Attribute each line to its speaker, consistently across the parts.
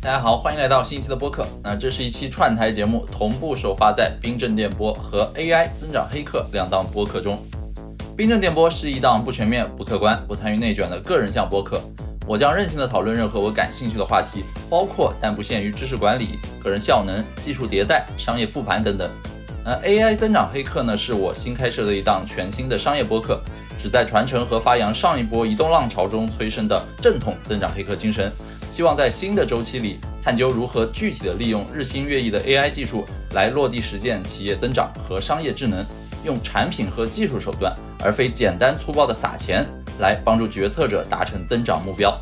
Speaker 1: 大家好，欢迎来到新一期的播客。那这是一期串台节目，同步首发在冰镇电波和 AI 增长黑客两档播客中。冰镇电波是一档不全面、不客观、不参与内卷的个人向播客。我将任性的讨论任何我感兴趣的话题，包括但不限于知识管理、个人效能、技术迭代、商业复盘等等。那 AI 增长黑客呢，是我新开设的一档全新的商业播客，旨在传承和发扬上一波移动浪潮中催生的正统增长黑客精神，希望在新的周期里探究如何具体的利用日新月异的 AI 技术来落地实践企业增长和商业智能，用产品和技术手段，而非简单粗暴的撒钱，来帮助决策者达成增长目标。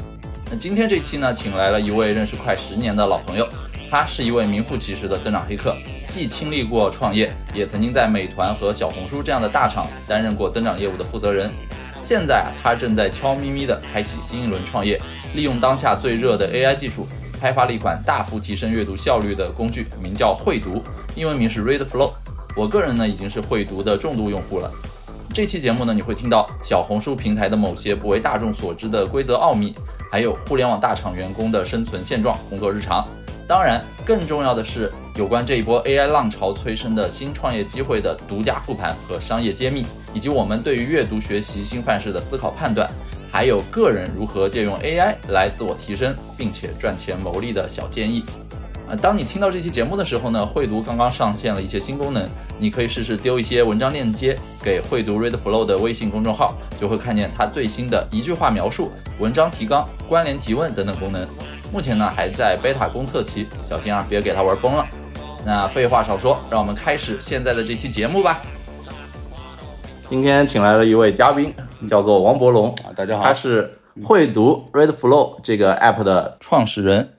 Speaker 1: 那今天这期呢，请来了一位认识快十年的老朋友，他是一位名副其实的增长黑客，既经历过创业，也曾经在美团和小红书这样的大厂担任过增长业务的负责人。现在啊，他正在悄咪咪地开启新一轮创业，利用当下最热的 AI 技术，开发了一款大幅提升阅读效率的工具，名叫绘读，英文名是 ReadFlow。我个人呢，已经是绘读的重度用户了。这期节目呢，你会听到小红书平台的某些不为大众所知的规则奥秘，还有互联网大厂员工的生存现状、工作日常。当然，更重要的是有关这一波 AI 浪潮催生的新创业机会的独家复盘和商业揭秘，以及我们对于阅读学习新范式的思考判断，还有个人如何借用 AI 来自我提升并且赚钱牟利的小建议。啊，当你听到这期节目的时候呢，绘读刚刚上线了一些新功能，你可以试试丢一些文章链接给绘读 ReadFlow 的微信公众号，就会看见它最新的一句话描述、文章提纲、关联提问等等功能。目前呢还在 beta 公测期，小心啊，别给它玩崩了。那废话少说，让我们开始现在的这期节目吧。今天请来了一位嘉宾，叫做王博龙，
Speaker 2: 啊，大家
Speaker 1: 他
Speaker 2: 好，
Speaker 1: 是绘读 ReadFlow 这个 app 的创始人，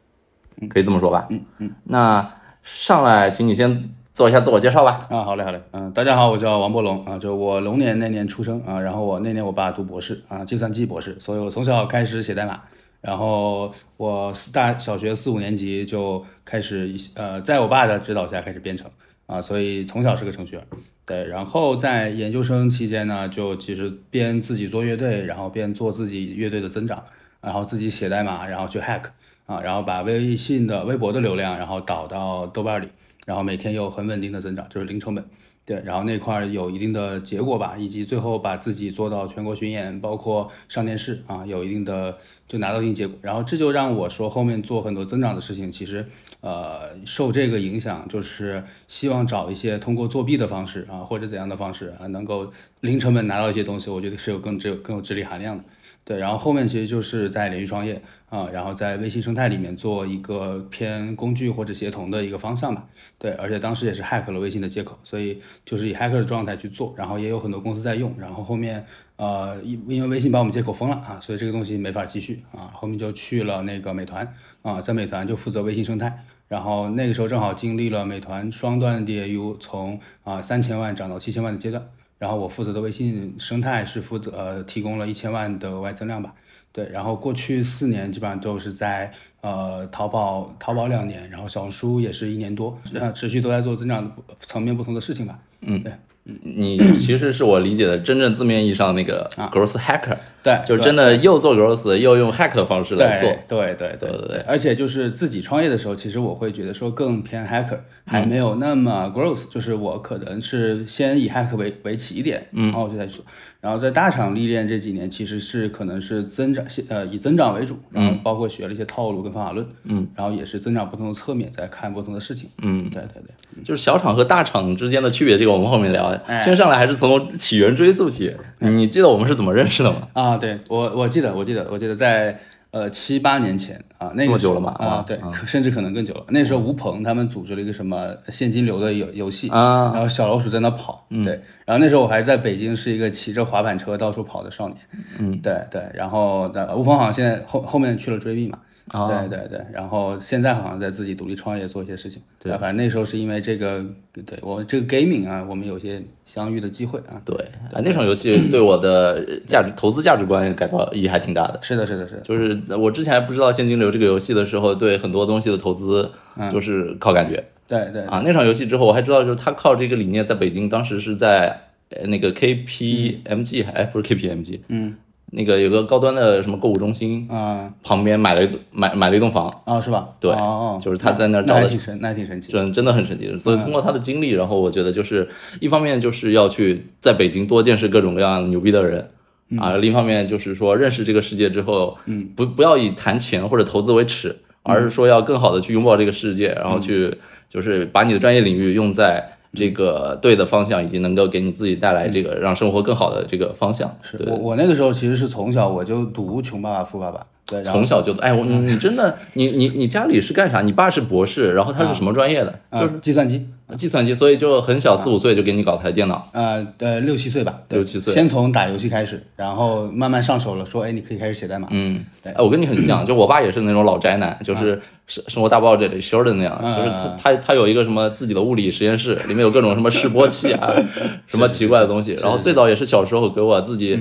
Speaker 1: 可以这么说吧？
Speaker 2: 嗯嗯，
Speaker 1: 那上来，请你先做一下自我介绍吧。
Speaker 2: 啊，好嘞好嘞，嗯，大家好，我叫王博龙啊，就我龙年那年出生啊，然后我那年我爸读博士啊，计算机博士，所以我从小开始写代码，然后我四大小学四五年级就开始一呃，在我爸的指导下开始编程啊，所以从小是个程序员。对，然后在研究生期间呢，就其实边自己做乐队，然后边做自己乐队的增长，然后自己写代码，然后去 hack 啊，然后把微信的、微博的流量，然后导到豆瓣里，然后每天有很稳定的增长，就是零成本。对，然后那块儿有一定的结果吧，以及最后把自己做到全国巡演，包括上电视啊，有一定的就拿到一定结果。然后这就让我说后面做很多增长的事情，其实呃受这个影响，就是希望找一些通过作弊的方式啊，或者怎样的方式啊，能够零成本拿到一些东西，我觉得是有更只有更有智力含量的。对，然后后面其实就是在领域创业啊，然后在微信生态里面做一个偏工具或者协同的一个方向吧。对，而且当时也是 hack 了微信的接口，所以就是以 hack 的状态去做，然后也有很多公司在用，然后后面呃，因因为微信把我们接口封了啊，所以这个东西没法继续啊，后面就去了那个美团啊，在美团就负责微信生态。然后那个时候正好经历了美团双段 DAU 从啊三千万涨到七千万的阶段，然后我负责的微信生态是负责呃提供了一千万的额外增量吧，对，然后过去四年基本上都是在呃淘宝淘宝两年，然后小红书也是一年多，呃持续都在做增长层面不同的事情吧，嗯
Speaker 1: 你其实是我理解的真正字面意义上那个 growth hacker，、
Speaker 2: 啊对，
Speaker 1: 就
Speaker 2: 对
Speaker 1: 真的又做 growth 又用 hack 的方式来做。
Speaker 2: 对对对
Speaker 1: 对对对
Speaker 2: 而且就是自己创业的时候，其实我会觉得说更偏 hacker，还
Speaker 1: 嗯
Speaker 2: 没有那么 growth，、就是我可能是先以 hack 为为起点，
Speaker 1: 嗯
Speaker 2: 然后我就再去做。然后在大厂历练这几年，其实是可能是增长，呃，以增长为主，然
Speaker 1: 嗯
Speaker 2: 后包括学了一些套路跟方法论，嗯，然后也是增长不同的侧面在看不同的事情，嗯，对对对。
Speaker 1: 就是小厂和大厂之间的区别，这个我们后面聊。
Speaker 2: 哎
Speaker 1: 先上来还是从起源追溯起。你记得我们是怎么认识的吗？
Speaker 2: 啊，对我我记得我记得我记得在呃七八年前啊，那
Speaker 1: 这
Speaker 2: 个
Speaker 1: 么
Speaker 2: 时候
Speaker 1: 久了吗哇嗯
Speaker 2: 啊，对，可甚至可能更久了。那时候吴鹏他们组织了一个什么现金流的游游戏
Speaker 1: 啊嗯
Speaker 2: 然后小老鼠在那跑，对，然后那时候我还在北京是一个骑着滑板车到处跑的少年，嗯，对对，然后对吴鹏好像现在后后面去了追觅嘛。
Speaker 1: 啊
Speaker 2: 对对对，然后现在好像在自己独立创业做一些事情，对，反正那时候是因为这个，对我这个 gaming 啊，我们有一些相遇的机会啊，
Speaker 1: 对，啊，那场游戏对我的价值投资价值观改造意义还挺大的。
Speaker 2: 是的，是的，是的，
Speaker 1: 就是我之前还不知道现金流这个游戏的时候，对很多东西的投资
Speaker 2: 嗯
Speaker 1: 就是靠感觉。
Speaker 2: 对对
Speaker 1: 啊，那场游戏之后，我还知道，就是他靠这个理念，在北京当时是在呃那个 KPMG，还、哎不是 KPMG，嗯，那个有个高端的什么购物中心
Speaker 2: 啊
Speaker 1: 旁边买了一买买了一栋房，
Speaker 2: 啊，是吧？
Speaker 1: 对
Speaker 2: 哦，哦
Speaker 1: 就是他在那儿
Speaker 2: 那
Speaker 1: 找
Speaker 2: 还
Speaker 1: 的
Speaker 2: 挺神，那还挺神奇。
Speaker 1: 真真的很神奇。所以
Speaker 2: 嗯
Speaker 1: 通过他的经历，然后我觉得就是一方面就是要去在北京多见识各种各样牛逼的人。
Speaker 2: 嗯
Speaker 1: 啊，另一方面就是说，认识这个世界之后，嗯，不不要以谈钱或者投资为
Speaker 2: 嗯
Speaker 1: 耻，而是说要更好的去拥抱这个世界，然后去就是把你的专业领域用在这个对的方向，以及能够给你自己带来这个让生活更好的这个方向。
Speaker 2: 嗯是
Speaker 1: 对
Speaker 2: 我我那个时候其实是从小我就读《穷爸爸富爸爸》，对，然后
Speaker 1: 从小就哎，我你你真的你你你家里是干啥？你爸是博士，然后他是什么专业的？
Speaker 2: 啊计算机，
Speaker 1: 计算机，所以就很小，四五岁就给你搞台电脑。
Speaker 2: 呃呃，六七岁吧，对
Speaker 1: 六七岁
Speaker 2: 先从打游戏开始，然后慢慢上手了，说，哎，你可以开始写代码，嗯，对
Speaker 1: 哎，我跟你很像，就我爸也是那种老宅男，就是《生生活大爆炸》里 Sheldon 那样，就是他他他有一个什么自己的物理实验室，里面有各种什么示波器 啊，什么奇怪的东西。然后最早也是嗯小时候给我自己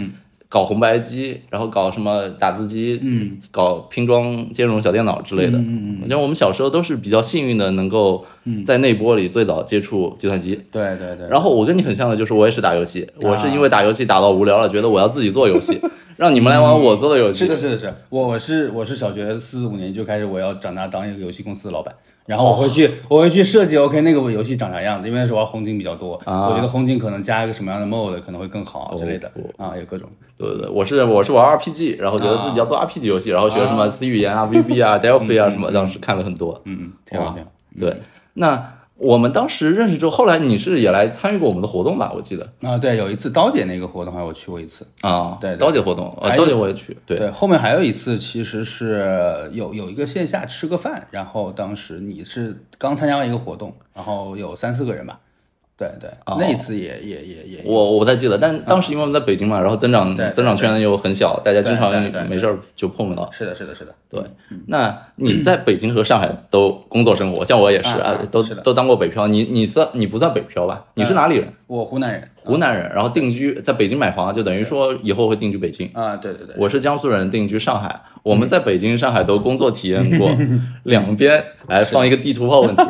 Speaker 1: 搞红白机，然后搞什么打字机，嗯，搞拼装兼容小电脑之类的。嗯嗯，嗯我觉得我们小时候都是比较幸运的，能够在那波里最早接触计算机。
Speaker 2: 对对对，
Speaker 1: 然后我跟你很像的就是，我也是打游戏，我是因为打游戏打到无聊了，觉得我要自己做游 戏，让你们来玩我做的游戏。
Speaker 2: 嗯是的，是的，是的我我是我是小学四五年级就开始，我要长大当一个游戏公司的老板，然后我
Speaker 1: 哦
Speaker 2: 会去、我会去设计，OK，那个游戏长啥样子，因为那时候玩红警比较多，
Speaker 1: 啊哦
Speaker 2: 我觉得红警可能加一个什么样的 mod 可能会更好之类的、啊，有各种，
Speaker 1: 对对对，我是我是玩 RPG，然后觉得自己
Speaker 2: 啊
Speaker 1: 要做 RPG 游戏，然后学什么 C 语言啊、VB 啊、Delphi 啊什么，当时看了很多。
Speaker 2: 嗯，挺好，挺好。
Speaker 1: 对，那我们当时认识之后，后来你是也来参与过我们的活动吧？我记得
Speaker 2: 啊，对，有一次刀姐那个活动，还有我去过一次。
Speaker 1: 啊，
Speaker 2: 对对
Speaker 1: 刀姐活动，呃，
Speaker 2: 还有
Speaker 1: 刀姐我也去，对，
Speaker 2: 后面还有一次，其实是有有一个线下吃个饭，然后当时你是刚参加完一个活动，然后有三四个人吧，对对，
Speaker 1: 哦
Speaker 2: 那一次也也也也
Speaker 1: 我我不太记得，但当时因为我们在北京嘛，然后增长
Speaker 2: 啊对对
Speaker 1: 增长圈又很小，大家经常
Speaker 2: 对对对对
Speaker 1: 没事儿就碰到。
Speaker 2: 是的是的是的，
Speaker 1: 对，
Speaker 2: 嗯
Speaker 1: 那你在北京和上海都工作生活，像我也是
Speaker 2: 啊
Speaker 1: 啊
Speaker 2: 啊，
Speaker 1: 都
Speaker 2: 是的嗯
Speaker 1: 都当过北漂。你你算你不算北漂吧？你是哪里人？
Speaker 2: 我湖南人
Speaker 1: 湖南人，然后定居在北京买房，就等于说以后会定居北京。
Speaker 2: 啊，对对对，嗯
Speaker 1: 我是江苏人，定居上海。我们在北京、上海都工作体验 过，两边来放一个地图炮问题，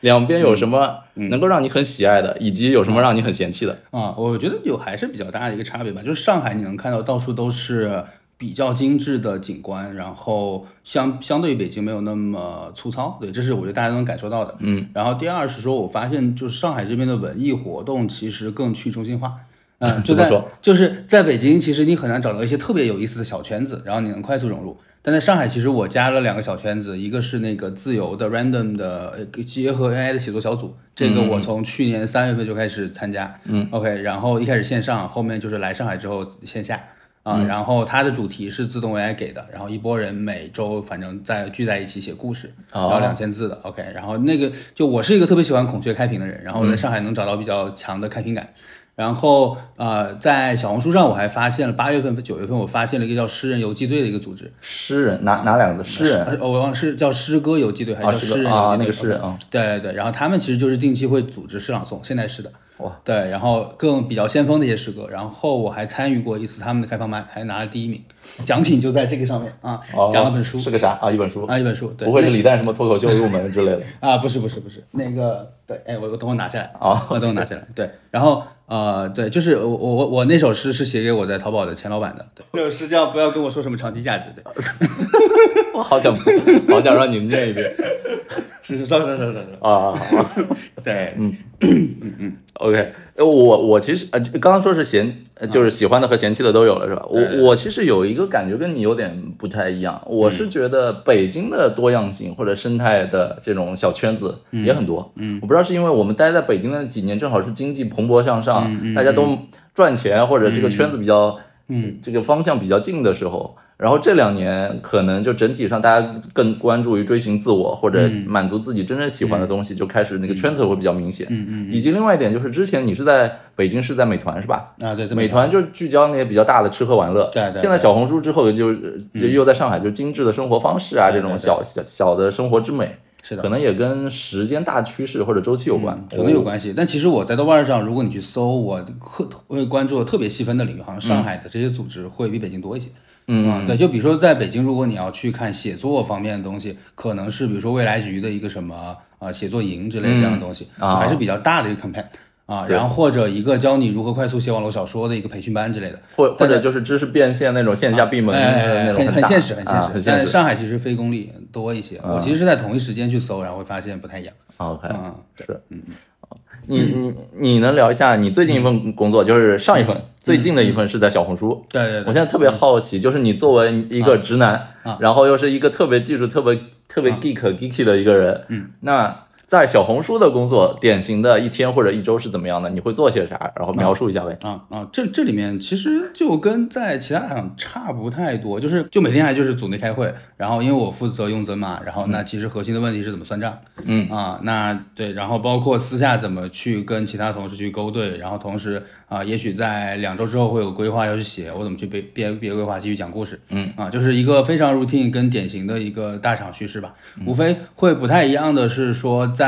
Speaker 1: 两边有什么
Speaker 2: 嗯
Speaker 1: 能够让你很喜爱的，以及有什么让你很嫌弃的。
Speaker 2: 啊，我觉得有还是比较大的一个差别吧。就是上海你能看到到处都是比较精致的景观，然后相相对于北京没有那么粗糙，对，这是我觉得大家都能感受到的。嗯，然后第二是说，我发现就是上海这边的文艺活动其实更去中心化。 嗯，就
Speaker 1: 怎么
Speaker 2: 在
Speaker 1: 说
Speaker 2: 就是在北京，其实你很难找到一些特别有意思的小圈子，然后你能快速融入。但在上海，其实我加了两个小圈子，一个是那个自由的 random 的呃结合 AI 的写作小组，这个
Speaker 1: 嗯
Speaker 2: 我从去年三月份就开始参加。嗯，OK，然后一开始线上，后面就是来上海之后线下啊、然后它的主题是自动 AI 给的，然后一拨人每周反正在聚在一起写故事，
Speaker 1: 哦
Speaker 2: 然后两千字的 OK，然后那个就我是一个特别喜欢孔雀开屏的人，然后在上海能找到比较强的开屏感。然后呃，在小红书上我还发现了八月份、九月份我发现了一个叫诗人游击队的一个组织，
Speaker 1: 诗人哪哪两个诗人？
Speaker 2: 呃我忘了是叫诗歌游击队还是
Speaker 1: 啊
Speaker 2: 叫
Speaker 1: 诗歌
Speaker 2: 诗人游击队？
Speaker 1: 啊那个诗人
Speaker 2: OK
Speaker 1: 啊
Speaker 2: 对对对，然后他们其实就是定期会组织诗朗诵，现在是的。
Speaker 1: 哇，
Speaker 2: 对，然后更比较先锋的一些诗歌，然后我还参与过一次他们的开放麦，还拿了第一名，奖品就在这个上面啊，
Speaker 1: 哦
Speaker 2: 讲了本书
Speaker 1: 是个啥啊？一本书，
Speaker 2: 啊，一本书，对，
Speaker 1: 不会是李诞什么脱口秀入门之类的
Speaker 2: 啊，不是不是不是，那个对，哎，我我等我拿下来
Speaker 1: 哦
Speaker 2: 我等我拿下来。对，然后呃，对，就是我我我我那首诗是写给我在淘宝的钱老板的，对， 那首诗叫不要跟我说什么长期价值，对，
Speaker 1: 我好想好想让你念一遍
Speaker 2: 是是，算算算算算，
Speaker 1: 啊！好
Speaker 2: 对，
Speaker 1: 嗯 OK，呃，我我其实呃，刚刚说是嫌，呃就是喜欢的和嫌弃的都有了，是吧？我
Speaker 2: 嗯对对对
Speaker 1: 我其实有一个感觉跟你有点不太一样，我是
Speaker 2: 嗯
Speaker 1: 觉得北京的多样性或者生态的这种小圈子也很多，嗯，我不知道是因为我们待在北京的几年正好是经济蓬勃向上，大家都赚钱或者这个圈子比较，
Speaker 2: 嗯，
Speaker 1: 这个方向比较近的时候。然后这两年可能就整体上大家更关注于追寻自我或者
Speaker 2: 嗯
Speaker 1: 满足自己真正喜欢的东西，就开始那个圈子会比较明显。
Speaker 2: 嗯嗯
Speaker 1: 以及另外一点就是，之前你是在北京是在美团是吧？
Speaker 2: 啊对，这么
Speaker 1: 美
Speaker 2: 一
Speaker 1: 团就聚焦那些比较大的吃喝玩乐。
Speaker 2: 对对对嗯
Speaker 1: 现在小红书之后就是就又在上海，就精致的生活方式啊，
Speaker 2: 对
Speaker 1: 这
Speaker 2: 对
Speaker 1: 种
Speaker 2: 对
Speaker 1: 小小小的生活之美，
Speaker 2: 是的嗯
Speaker 1: 可能也跟时间大趋势或者周期有关。
Speaker 2: 可能有关系。但其实我在豆瓣上，如果你去搜我特会关注的特别细分的领域，好像上海的这些组织会比北京多一些。嗯，对，就比如说在北京，如果你要去看写作方面的东西，可能是比如说未来局的一个什么呃写作营之类这样的东西，
Speaker 1: 啊
Speaker 2: 就还是比较大的一个 campaign。啊，然后或者一个教你如何快速写网络小说的一个培训班之类的，
Speaker 1: 或或
Speaker 2: 但
Speaker 1: 者
Speaker 2: 是
Speaker 1: 就是知识变现那种线下闭门
Speaker 2: 哎哎哎
Speaker 1: 那种
Speaker 2: 很
Speaker 1: 大
Speaker 2: 现实，很现
Speaker 1: 啊
Speaker 2: 实。
Speaker 1: 很
Speaker 2: 但
Speaker 1: 现
Speaker 2: 是
Speaker 1: 实。
Speaker 2: 上海其实非公立多一些，我其实是在同一时间去搜，然后会发现不太一样。
Speaker 1: 啊 OK，
Speaker 2: 嗯，
Speaker 1: 是，嗯，你你你能聊一下你最近一份工作，就是上一
Speaker 2: 嗯
Speaker 1: 份最近的一份是在小红书。
Speaker 2: 对对对。
Speaker 1: 我现在特别好奇，就是你作为一个直男
Speaker 2: 啊，
Speaker 1: 然后又是一个特别技术、特别特别 geek geeky 的一个人，
Speaker 2: 嗯，
Speaker 1: 那在小红书的工作，典型的一天或者一周是怎么样的？你会做些啥？然后描述一下呗。
Speaker 2: 啊啊，这这里面其实就跟在其他行差不太多，就是就每天还就是组内开会，然后因为我负责用增嘛，然后那其实核心的问题是怎么算账，
Speaker 1: 嗯
Speaker 2: 啊，那对，然后包括私下怎么去跟其他同事去勾兑，然后同时啊，也许在两周之后会有规划要去写，我怎么去编编编规划，继续讲故事，
Speaker 1: 嗯
Speaker 2: 啊，就是一个非常 routine 跟典型的一个大厂叙事吧，
Speaker 1: 嗯
Speaker 2: 无非会不太一样的是说在。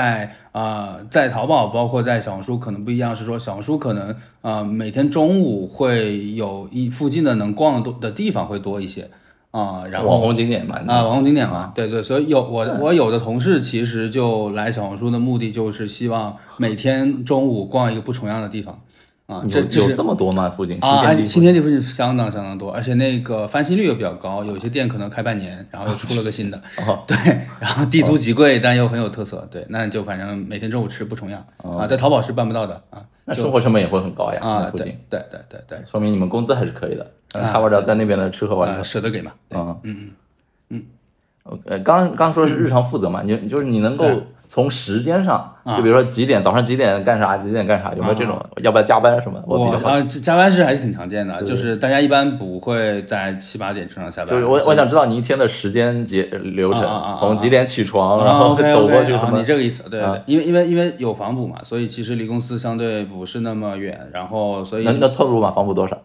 Speaker 2: 啊、在淘宝包括在小红书可能不一样，是说小红书可能呃每天中午会有一附近的能逛的多的地方会多一些啊、然后
Speaker 1: 网红景点嘛，
Speaker 2: 啊，网红景点嘛，对对，所以有我
Speaker 1: 嗯
Speaker 2: 我有的同事其实就来小红书的目的就是希望每天中午逛一个不重样的地方啊
Speaker 1: 有，
Speaker 2: 这这
Speaker 1: 有
Speaker 2: 是
Speaker 1: 这么多吗？附近新
Speaker 2: 啊，
Speaker 1: 天
Speaker 2: 哎
Speaker 1: 地
Speaker 2: 新天地附近相当相当多，而且那个翻新率又比较高，有些店可能开半年，然后又出了个新的，
Speaker 1: 哦
Speaker 2: 对，然后地租极贵，但又很有特色，对，那就反正每天中午吃不重样啊，在淘宝是办不到的啊
Speaker 1: 那生活成本也会很高呀。哦那
Speaker 2: 啊，
Speaker 1: 附近
Speaker 2: 对，啊对对对对，
Speaker 1: 说明你们工资还是可以的。他不着在那边的吃喝玩乐
Speaker 2: 呃，，舍得给嘛，对
Speaker 1: 嗯嗯嗯。呃，刚刚说是日常负责嘛，你就就是你能够从时间上，
Speaker 2: 啊
Speaker 1: 就比如说几点早上几点干啥，几点干啥，有没有这种？要不要加班什么？我
Speaker 2: 我
Speaker 1: 比较好
Speaker 2: 啊，
Speaker 1: 奇。
Speaker 2: 这加班是还是挺常见的，就是大家一般不会在七八点正常下班。
Speaker 1: 就是我我想知道你一天的时间节流程
Speaker 2: 啊啊啊啊，
Speaker 1: 从几点起床， 然
Speaker 2: 啊
Speaker 1: 后
Speaker 2: o k
Speaker 1: 走过去什
Speaker 2: 啊、
Speaker 1: 么
Speaker 2: 你？这个意思，对对
Speaker 1: 啊
Speaker 2: 对，因为因为因为有房补嘛，所以其实离公司相对不是那么远，然后所以
Speaker 1: 能能透露吗？房补多少？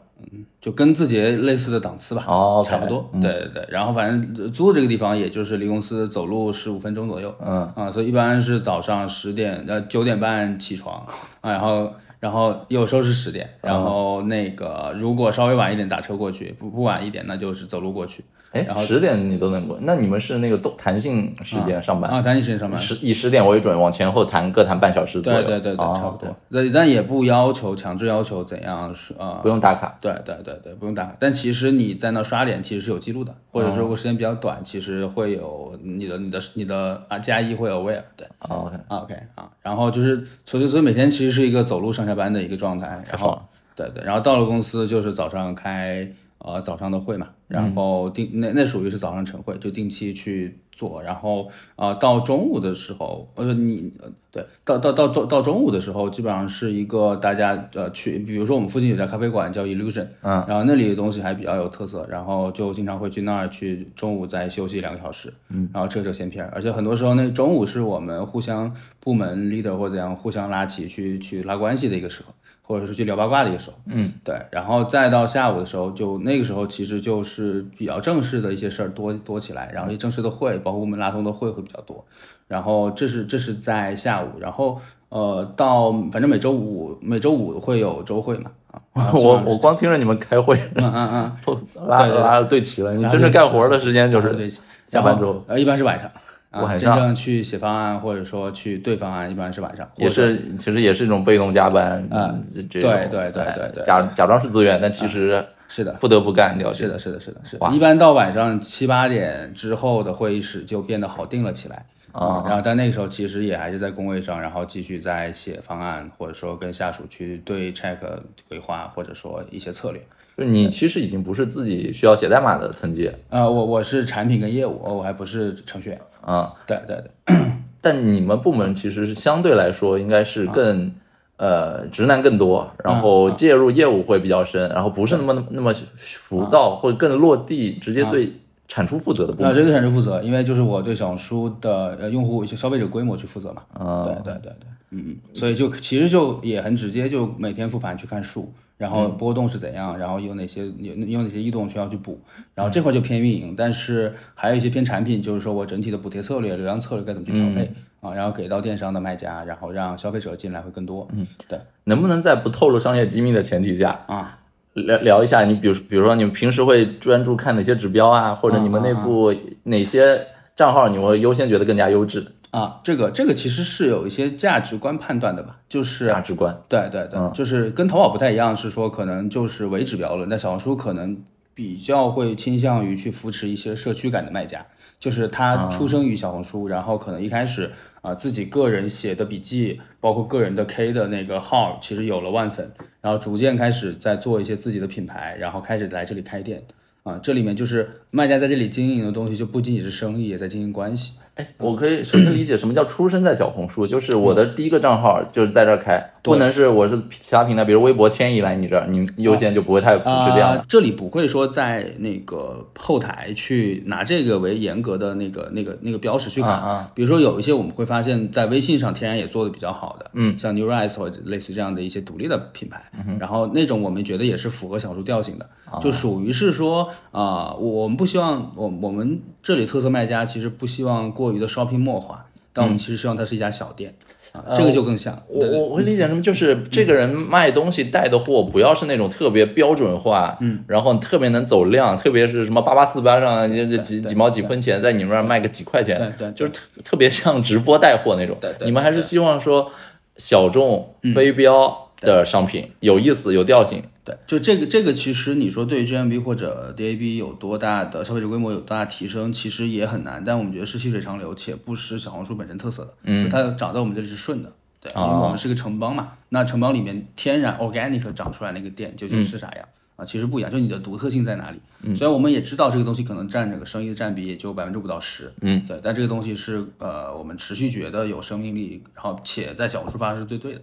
Speaker 2: 就跟字节类似的档次吧，
Speaker 1: 哦，OK，
Speaker 2: 差不多，
Speaker 1: 嗯
Speaker 2: 对对对，然后反正租这个地方也就是离公司走路十五分钟左右，
Speaker 1: 嗯
Speaker 2: 啊，所以一般是早上十点呃九点半起床，啊，然后然后有时候是十点，
Speaker 1: 嗯
Speaker 2: 然后那个如果稍微晚一点打车过去，不不晚一点那就是走路过去，
Speaker 1: 哎，十点你都能过？那你们是那个都弹性时间上班？
Speaker 2: 啊，咱一时间上班。
Speaker 1: 十以十点为准，往前后弹各弹半小时左右。
Speaker 2: 对对对对，
Speaker 1: 哦
Speaker 2: 差不多
Speaker 1: OK，。
Speaker 2: 但但也不要求强制要求怎样是呃，
Speaker 1: 不用打卡。
Speaker 2: 对对对对，不用打卡。但其实你在那刷脸其实是有记录的，或
Speaker 1: 嗯
Speaker 2: 者说如果时间比较短，其实会有你的你的你的啊加一会 aware 对。
Speaker 1: 哦 OK，
Speaker 2: 啊 OK 啊，然后就是所以所以每天其实是一个走路上下班的一个状态，然后对对，然后到了公司就是早上开呃早上的会嘛，然后定、那那属于是早上晨会，就定期去做，然后啊、呃到中午的时候，呃你呃对到到到中到中午的时候，基本上是一个大家呃去，比如说我们附近有家咖啡馆叫 Illusion，
Speaker 1: 嗯，
Speaker 2: 然后那里的东西还比较有特色，然后就经常会去那儿去中午再休息两个小时，嗯，然后扯扯闲篇儿，而且很多时候那中午是我们互相部门 leader 或者怎样互相拉起去去拉关系的一个时候，或者是去聊八卦的一个时候，
Speaker 1: 嗯，
Speaker 2: 对，然后再到下午的时候，就那个时候其实就是比较正式的一些事儿多多起来，然后一正式的会，包括部门拉通的会会比较多，然后这是这是在下午，然后呃到反正每周五每周五会有周会嘛，啊，
Speaker 1: 我我光听着你们开会，
Speaker 2: 嗯嗯嗯。
Speaker 1: 拉
Speaker 2: 对对
Speaker 1: 拉的对齐了，你
Speaker 2: 然后
Speaker 1: 真正
Speaker 2: 就啊
Speaker 1: 干活的时间就
Speaker 2: 对
Speaker 1: 是
Speaker 2: 然后
Speaker 1: 下班之后，
Speaker 2: 呃，一般是晚上。啊，
Speaker 1: 晚
Speaker 2: 真
Speaker 1: 上
Speaker 2: 正去写方案或者说去对方案，一般是晚上。
Speaker 1: 也是其实也是一种被动加班，
Speaker 2: 嗯
Speaker 1: 这这种
Speaker 2: 对对对
Speaker 1: 哎
Speaker 2: 对对
Speaker 1: 假假装是自愿，但其实
Speaker 2: 是的，
Speaker 1: 不得不干，了解
Speaker 2: 是的，是的，是的，是
Speaker 1: 哇
Speaker 2: 的。一般到晚上七八点之后的会议室就变得好定了起来
Speaker 1: 啊
Speaker 2: 然后但那个时候其实也还是在工位上，然后继续在写方案，或者说跟下属去对 check 规划，或者说一些策略。
Speaker 1: 就是你其实已经不是自己需要写代码的层级
Speaker 2: 呃，我我是产品跟业务，我还不是程序员。
Speaker 1: 啊，
Speaker 2: 对对对，
Speaker 1: 但你们部门其实是相对来说应该是
Speaker 2: 啊
Speaker 1: 更。呃，直男更
Speaker 2: 嗯
Speaker 1: 多，然后介入业务会比较深，然后不是那么那么浮
Speaker 2: 嗯
Speaker 1: 躁，会更落地，直接对产出负责的部
Speaker 2: 那
Speaker 1: 门。
Speaker 2: 这个产生负责，因为就是我对小红书的呃用户消费者规模去负责嘛。
Speaker 1: 啊
Speaker 2: 对对对对，嗯嗯，所以就其实就也很直接，就每天复盘去看数，然后波动是怎样，然后有哪些有有哪些异动需要去补，然后这块就偏运营，但是还有一些偏产品，就是说我整体的补贴策略、流量策略该怎么去调配、啊，然后给到电商的卖家，然后让消费者进来会更多。嗯，对
Speaker 1: 能不能在不透露商业机密的前提下，
Speaker 2: 啊，
Speaker 1: 聊聊一下，你比如比如说你们平时会专
Speaker 2: 嗯
Speaker 1: 注看哪些指标啊，或者你们内部哪些账号你会优先觉得更加优质？
Speaker 2: 啊，这个这个其实是有一些价值观判断的吧，就是
Speaker 1: 价值观，
Speaker 2: 对对对，
Speaker 1: 嗯
Speaker 2: 就是跟淘宝不太一样，是说可能就是唯指标论，但小红书可能比较会倾向于去扶持一些社区感的卖家，就是他出生于小红书，然后可能一开始啊、自己个人写的笔记，包括个人的 K 的那个号，其实有了万粉，然后逐渐开始在做一些自己的品牌，然后开始来这里开店。啊，这里面就是卖家在这里经营的东西，就不仅仅是生意，也在经营关系。
Speaker 1: 哎，我可以首先理解什么叫出生在小红书，就是我
Speaker 2: 嗯
Speaker 1: 的第一个账号就是在这儿开，不能是我是其他平台，比如微博迁移来你这儿，你优先就不会太扶持这样的。
Speaker 2: 嗯啊这里不会说在那个后台去拿这个为严格的那个那个那个标识去看。
Speaker 1: 啊
Speaker 2: 比如说有一些我们会发现，在微信上天然也做的比较好的，嗯，像 New Rise 或者类似这样的一些独立的品牌，
Speaker 1: 嗯
Speaker 2: 然后那种我们觉得也是符合小红书调性的，
Speaker 1: 啊
Speaker 2: 就属于是说啊、我我们不希望我我们这里特色卖家其实不希望过于的 shopping mall 化，但我们其实希望它是一家小店。啊，这个就更像，
Speaker 1: 嗯呃我我会理解什么，就是这个人卖东西带的货不要是那种特别标准化，嗯，然后特别能走量，特别是什么八八四八上就就几几毛几分钱，在你们那儿卖个几块钱，
Speaker 2: 对对对
Speaker 1: 就是特特别像直播带货那种。
Speaker 2: 对对对嗯
Speaker 1: 你们还是希望说小众非标的商品有意思有调性，
Speaker 2: 对，就这个这个，其实你说对于 GMV 或者 DAB 有多大的消费者规模有多大的提升，其实也很难。但我们觉得是细水长流，且不失小红书本身特色的。嗯，它长在我们这里是顺的。对，
Speaker 1: 哦
Speaker 2: 因为我们是个城邦嘛，那城邦里面天然 organic 长出来那个店究
Speaker 1: 嗯
Speaker 2: 竟是啥样、啊？其实不一样，就你的独特性在哪里。虽然我们也知道这个东西可能占整个生意的占比也就百分之五到十，嗯，对，但这个东西是呃我们持续觉得有生命力，然后且在小红书发是最对的。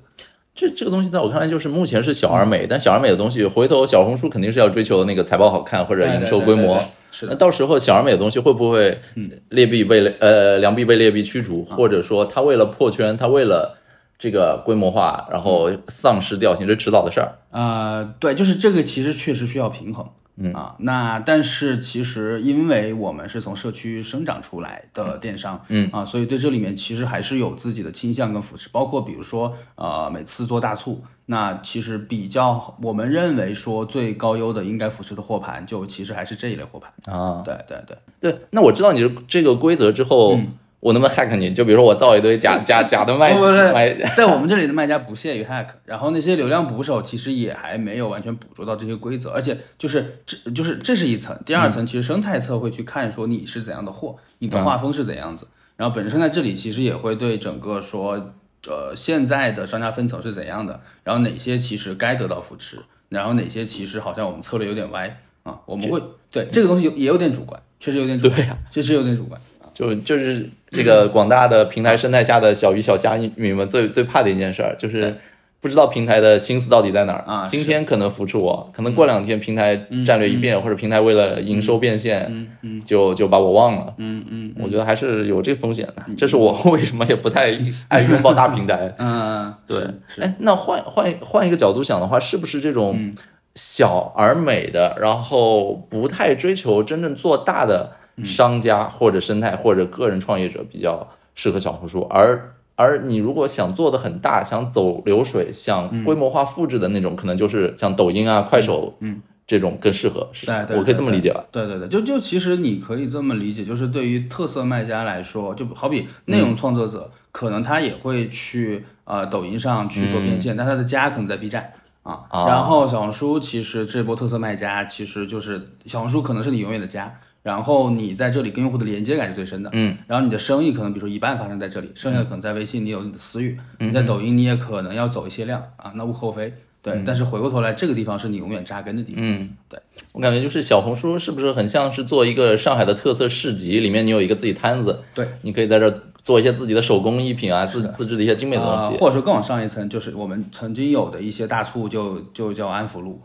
Speaker 1: 这这个东西在我看来就是目前是小而美，但小而美的东西，回头小红书肯定是要追求那个财报好看或者
Speaker 2: 对
Speaker 1: 营
Speaker 2: 对
Speaker 1: 收
Speaker 2: 对
Speaker 1: 规
Speaker 2: 对
Speaker 1: 模
Speaker 2: 对。是的嗯
Speaker 1: 那到时候小而美的东西会不会劣币被呃良币被劣币驱逐，
Speaker 2: 啊
Speaker 1: 或者说它为了破圈，它为了这个规模化，然后丧失调性，这迟早的事儿。
Speaker 2: 呃，对，就是这个其实确实需要平衡，嗯啊，那但是其实因为我们是从社区生长出来的电商，嗯啊，所以对这里面其实还是有自己的倾向跟扶持，包括比如说呃每次做大促，那其实比较我们认为说最高优的应该扶持的货盘，就其实还是这一类货盘
Speaker 1: 啊。
Speaker 2: 对对对，
Speaker 1: 对，那我知道你这这个规则之后，我能不能 hack 你？就比如说我造一堆 假假假的卖
Speaker 2: 嗯不不不
Speaker 1: 卖，
Speaker 2: 在我们这里的卖家不屑于 hack，然后那些流量捕手其实也还没有完全捕捉到这些规则，而且就是这就是这是一层，第二
Speaker 1: 嗯
Speaker 2: 层其实生态侧会去看说你是怎样的货，你的画风是怎样子，然后本身在这里其实也会对整个说呃现在的商家分层是怎样的，然后哪些其实该得到扶持，然后哪些其实好像我们策略有点歪啊，我们会对这个东西也有点主观，确实有点主观，
Speaker 1: 对呀
Speaker 2: 确实有点主观。
Speaker 1: 就就是这 个广大的平台生态下的小鱼小虾，你你们最最怕的一件事儿就是。不知道平台的心思到底在哪儿
Speaker 2: 啊嗯
Speaker 1: 今天可能扶持我，可能过两天平台战略一变，或者平台为了营收变现，就就把我忘了。
Speaker 2: 嗯嗯
Speaker 1: 我觉得还是有这风险的，这是我 为什么也不太爱拥抱大平台。
Speaker 2: 嗯，
Speaker 1: 对
Speaker 2: 是是，嗯
Speaker 1: 哎，那换换换一个角度想的话，是不是这种小而美的，然后不太追求真正做大的
Speaker 2: 嗯
Speaker 1: 商家或者生态或者个人创业者比较适合小红书？而而你如果想做的很大，想走流水，
Speaker 2: 嗯
Speaker 1: 想规模化复制的那种，可能就是像抖音啊、快手，嗯，这种更适合。是
Speaker 2: 对，对
Speaker 1: 我可以这么理解吧？
Speaker 2: 对对对，就就其实你可以这么理解，就是对于特色卖家来说，就好
Speaker 1: 嗯
Speaker 2: 比内容创作者，可能他也会去呃抖音上去做变现，但他的家可能在 B 站。啊，
Speaker 1: 嗯啊
Speaker 2: 然后小红书其实这波特色卖家其实就是小红书可能是你永远的家，然后你在这里跟用户的连接感是最深的，嗯，然后你的生意可能比如说一半发生在这里，剩下
Speaker 1: 嗯
Speaker 2: 的可能在微信你有你的私域，你在抖音你也可能要走一些量啊，那无可厚非，对，
Speaker 1: 嗯
Speaker 2: 但是回过头来这个地方是你永远扎根的地方，嗯，对。
Speaker 1: 我感觉就是小红书是不是很像是做一个上海的特色市集，里面你有一个自己摊子，
Speaker 2: 对，
Speaker 1: 你可以在这儿做一些自己的手工艺品啊，自自制的一些精美的东
Speaker 2: 啊
Speaker 1: 西
Speaker 2: 或者说更往上一层，就是我们曾经有的一些大促就就叫安福路。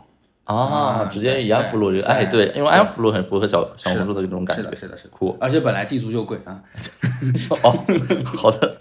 Speaker 1: 啊，直接以安福路这个，哎，
Speaker 2: 对
Speaker 1: 对，因为安福路很符合小小红书的这种感
Speaker 2: 是
Speaker 1: 觉，
Speaker 2: 的，是的，是的。
Speaker 1: 酷
Speaker 2: 而且本来地租就贵啊，
Speaker 1: 哦，好的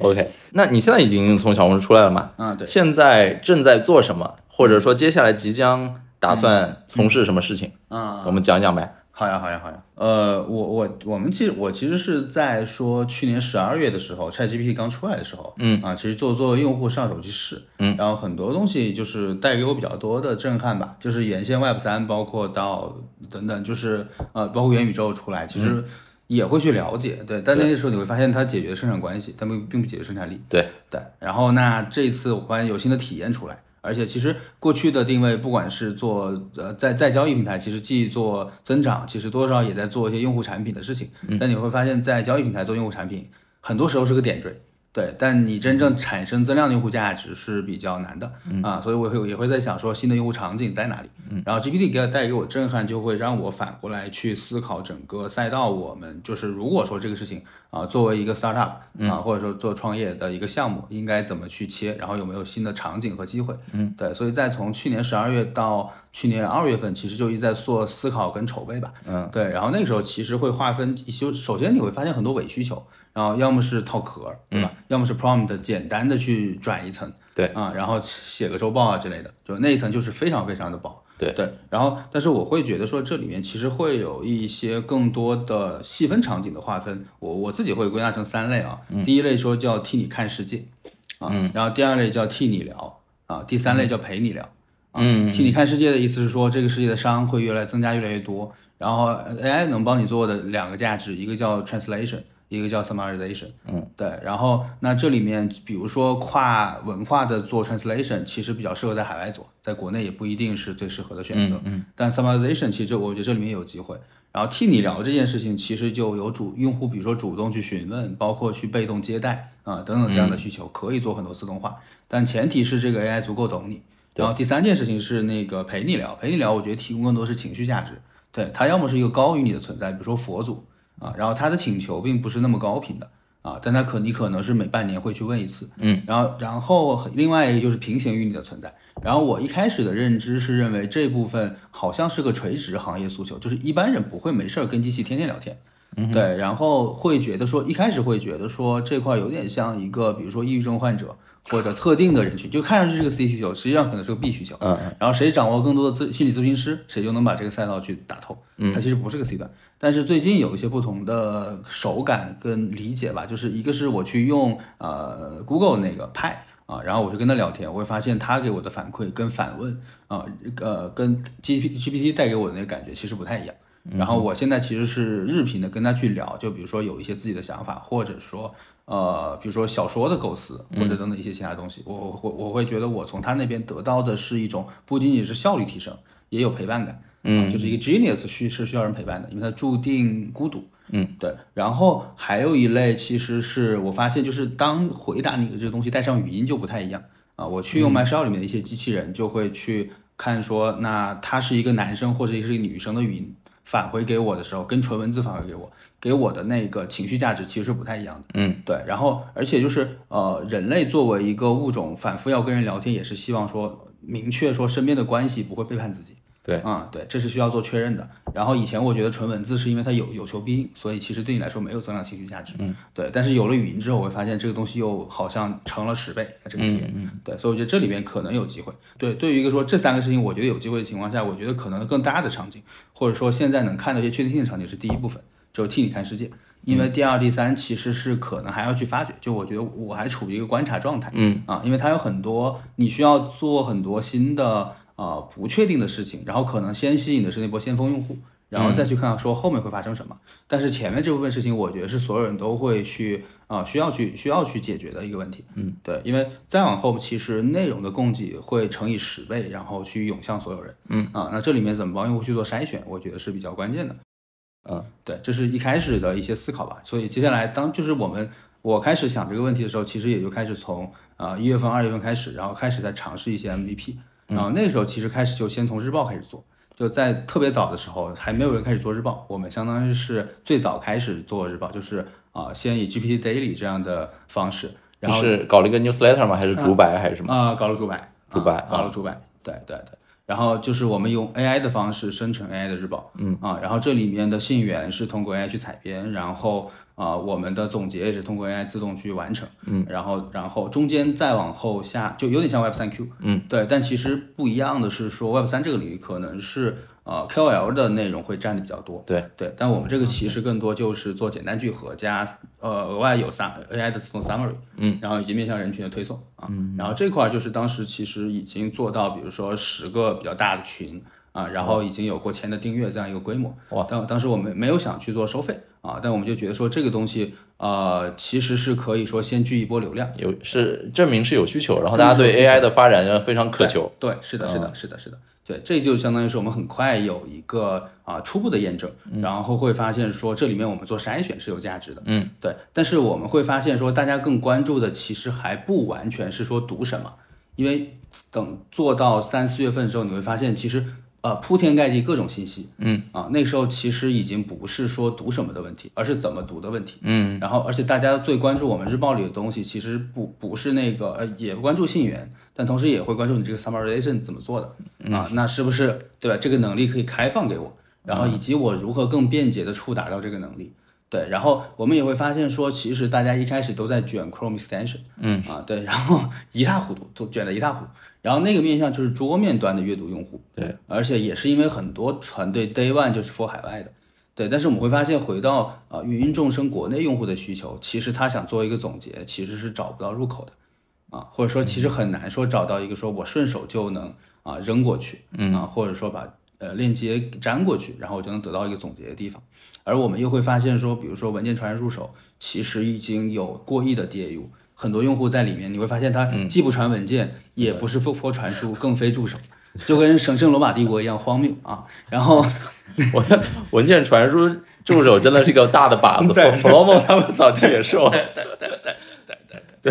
Speaker 1: ，OK，那你现在已经从小红书出来了嘛？
Speaker 2: 嗯，对，
Speaker 1: 现在正在做什么，或者说接下来即将
Speaker 2: 嗯
Speaker 1: 打算从事什么事情？
Speaker 2: 啊、
Speaker 1: 我们讲一讲呗。
Speaker 2: 好呀，好呀，好呀。呃，我我我们其实我其实是在说去年十二月的时候，ChatGPT 刚出来的时候，嗯啊，其实做做用户上手去试，嗯，然后很多东西就是带给我比较多的震撼吧，就是原先 Web 三，包括到等等，就是呃，包括元宇宙出来，其实。也会去了解，对，但那个时候你会发现它解决生产关系，它并并不解决生产力，
Speaker 1: 对
Speaker 2: 对。然后那这次我发现有新的体验出来，而且其实过去的定位，不管是做呃在在交易平台，其实既做增长，其实多少也在做一些用户产品的事情，但你会发现在交易平台做用户产品，很多时候是个点缀。对，但你真正产生增量的用户价值是比较难的、啊，所以我会也会在想说新的用户场景在哪里。然后 GPT 给我带给我震撼，就会让我反过来去思考整个赛道。我们就是如果说这个事情啊，作为一个 startup 啊，或者说做创业的一个项目，应该怎么去切，然后有没有新的场景和机会？嗯，对，所以在从去年十二月到去年二月份，其实就一直在做思考跟筹备吧。嗯，对，然后那个时候其实会划分，就首先你会发现很多伪需求，然后要么是套壳儿，对吧？要么是 prompt 简单的去转一层，
Speaker 1: 嗯对
Speaker 2: 啊、然后写个周报啊之类的，就那一层就是非常非常的薄。
Speaker 1: 对
Speaker 2: 对，然后但是我会觉得说这里面其实会有一些更多的细分场景的划分，我我自己会归纳成三类啊。
Speaker 1: 嗯
Speaker 2: 第一类说叫替你看世界，啊，然后第二类叫替你聊，啊，第三类叫陪你聊。嗯，替你看世界的意思是说，这个世界的商会越来增加越来越多，然后呃 AI 能帮你做的两个价值，一个叫 translation，一个叫 summarization。嗯，对。然后那这里面，比如说跨文化的做 translation，其实比较适合在海外做，在国内也不一定是最适合的选择。嗯，但 summarization 其实我觉得这里面有机会。然后替你聊这件事情，其实就有主用户，比如说主动去询问，包括去被动接待啊、等等这样的需求，可以做很多自动化，但前提是这个 AI 足够懂你。然后第三件事情是那个陪你聊，陪你聊，我觉得提供更多是情绪价值。对，它要么是一个高于你的存在，比如说佛祖啊，然后他的请求并不是那么高频的啊，但他可你可能是每半年会去问一次，嗯，然后然后另外一个就是平行于你的存在。然后我一开始的认知是认为这部分好像是个垂直行业诉求，就是一般人不会没事儿跟机器天天聊天。对，然后会觉得说，一开始会觉得说这块有点像一个，比如说抑郁症患者或者特定的人群，就看上去是个 C 需求，实际上可能是个 B 需求。嗯，然后谁掌握更多的咨心理咨询师，谁就能把这个赛道去打透。嗯，它其实不是个 C 端，但是最近有一些不同的手感跟理解吧，就是一个是我去用呃 Google 那个派。啊，然后我就跟他聊天，我会发现他给我的反馈跟反问啊，呃，跟 G P G P T 带给我的那个感觉其实不太一样。然后我现在其实是日频的跟他去聊，就比如说有一些自己的想法，或者说呃，比如说小说的构思，或者等等一些其他东西，我我会我会觉得我从他那边得到的是一种不仅仅是效率提升，也有陪伴感。嗯，就是一个 genius 需是需要人陪伴的，因为他注定孤独。嗯，对。然后还有一类，其实是我发现，就是当回答你的这个东西带上语音就不太一样啊。我去用 MyShell 里面的一些机器人，就会去看说，那他是一个男生或者是一个女生的语音返回给我的时候，跟纯文字返回给我，给我的那个情绪价值其实是不太一样的。嗯，对。然后，而且就是呃，人类作为一个物种，反复要跟人聊天，也是希望说明确说身边的关系不会背叛自己。
Speaker 1: 对
Speaker 2: 啊、对，这是需要做确认的。然后以前我觉得纯文字是因为它有有求必应，所以其实对你来说没有增长情绪价值。嗯，对。但是有了语音之后，我会发现这个东西又好像成了十倍这个体验。嗯对，所以我觉得这里面可能有机会。对，对于一个说这三个事情我觉得有机会的情况下，我觉得可能更大的场景，或者说现在能看到一些确定性的场景是第一部分，就是替你看世界。因为第二、第三其实是可能还要去发掘，就我觉得我还处于一个观察状态，嗯啊，因为它有很多你需要做很多新的啊、呃不确定的事情，然后可能先吸引的是那波先锋用户，然后再去看说后面会发生什么。但是前面这部分事情，我觉得是所有人都会去啊、需要去需要去解决的一个问题。嗯，对，因为再往后其实内容的供给会乘以十倍，然后去涌向所有人。嗯啊，那这里面怎么帮用户去做筛选，我觉得是比较关键的。对，这是一开始的一些思考吧。所以接下来当就是我们我开始想这个问题的时候，其实也就开始从啊一、月份、二月份开始，然后开始在尝试一些 MVP。然后啊那个时候其实开始就先从日报开始做，就在特别早的时候还没有人开始做日报，我们相当于是最早开始做日报，就是啊、先以 GPT Daily 这样的方式，然后
Speaker 1: 是搞了一个 newsletter 吗？还是竹白还是什么？
Speaker 2: 啊、搞了主板，
Speaker 1: 主板
Speaker 2: 啊、搞了主板，对对对。然后就是我们用 AI 的方式生成 AI 的日报，嗯啊，然后这里面的信源是通过 AI 去采编，然后啊、我们的总结也是通过 AI 自动去完成，嗯，然后然后中间再往后下就有点像 Web 三 Q，嗯，对，但其实不一样的是说 Web 三这个领域可能是呃 KOL 的内容会占的比较多，
Speaker 1: 对
Speaker 2: 对，但我们这个其实更多就是做简单聚合加呃额外有三 AI 的自动 summary，嗯，然后以及面向人群的推送啊，然后这块儿就是当时其实已经做到，比如说十个比较大的群啊，然后已经有过千的订阅这样一个规模。
Speaker 1: 哇
Speaker 2: 当当时我们没有想去做收费啊，但我们就觉得说这个东西呃其实是可以说先聚一波流量。
Speaker 1: 有是证明是有需求，然后大家对 AI 的发展要非常渴求。
Speaker 2: 对，是的，是的，是的，是的，对，这就相当于是我们很快有一个啊、初步的验证，然后会发现说这里面我们做筛选是有价值的，
Speaker 1: 嗯，
Speaker 2: 对，但是我们会发现说大家更关注的其实还不完全是说读什么，因为等做到三四月份之后，你会发现其实呃铺天盖地各种信息，嗯，啊那时候其实已经不是说读什么的问题，而是怎么读的问题，嗯，然后而且大家最关注我们日报里的东西，其实不不是那个呃也关注信源，但同时也会关注你这个 summarization 怎么做的、啊，那是不是对吧？这个能力可以开放给我，然后以及我如何更便捷的触达到这个能力。对，然后我们也会发现说，其实大家一开始都在卷 Chrome extension，嗯啊，对，然后一塌糊涂，都卷得一塌糊涂。然后那个面向就是桌面端的阅读用户，
Speaker 1: 对，
Speaker 2: 而且也是因为很多团队 Day One 就是 for 海外的，对。但是我们会发现，回到呃芸芸众生国内用户的需求，其实他想做一个总结，其实是找不到入口的。啊，或者说其实很难说找到一个说我顺手就能啊扔过去，嗯啊，或者说把呃链接给粘过去，然后我就能得到一个总结的地方。而我们又会发现说，比如说文件传入手，其实已经有过亿的 DAU，很多用户在里面，你会发现他既不传文件，也不是 f o 传输，更非助手，就跟神圣罗马帝国一样荒谬啊。然后
Speaker 1: 我觉得文件传输助手真的是个大的靶子
Speaker 2: 对
Speaker 1: ，Flomo 他们早期也是哦。
Speaker 2: 对对对对对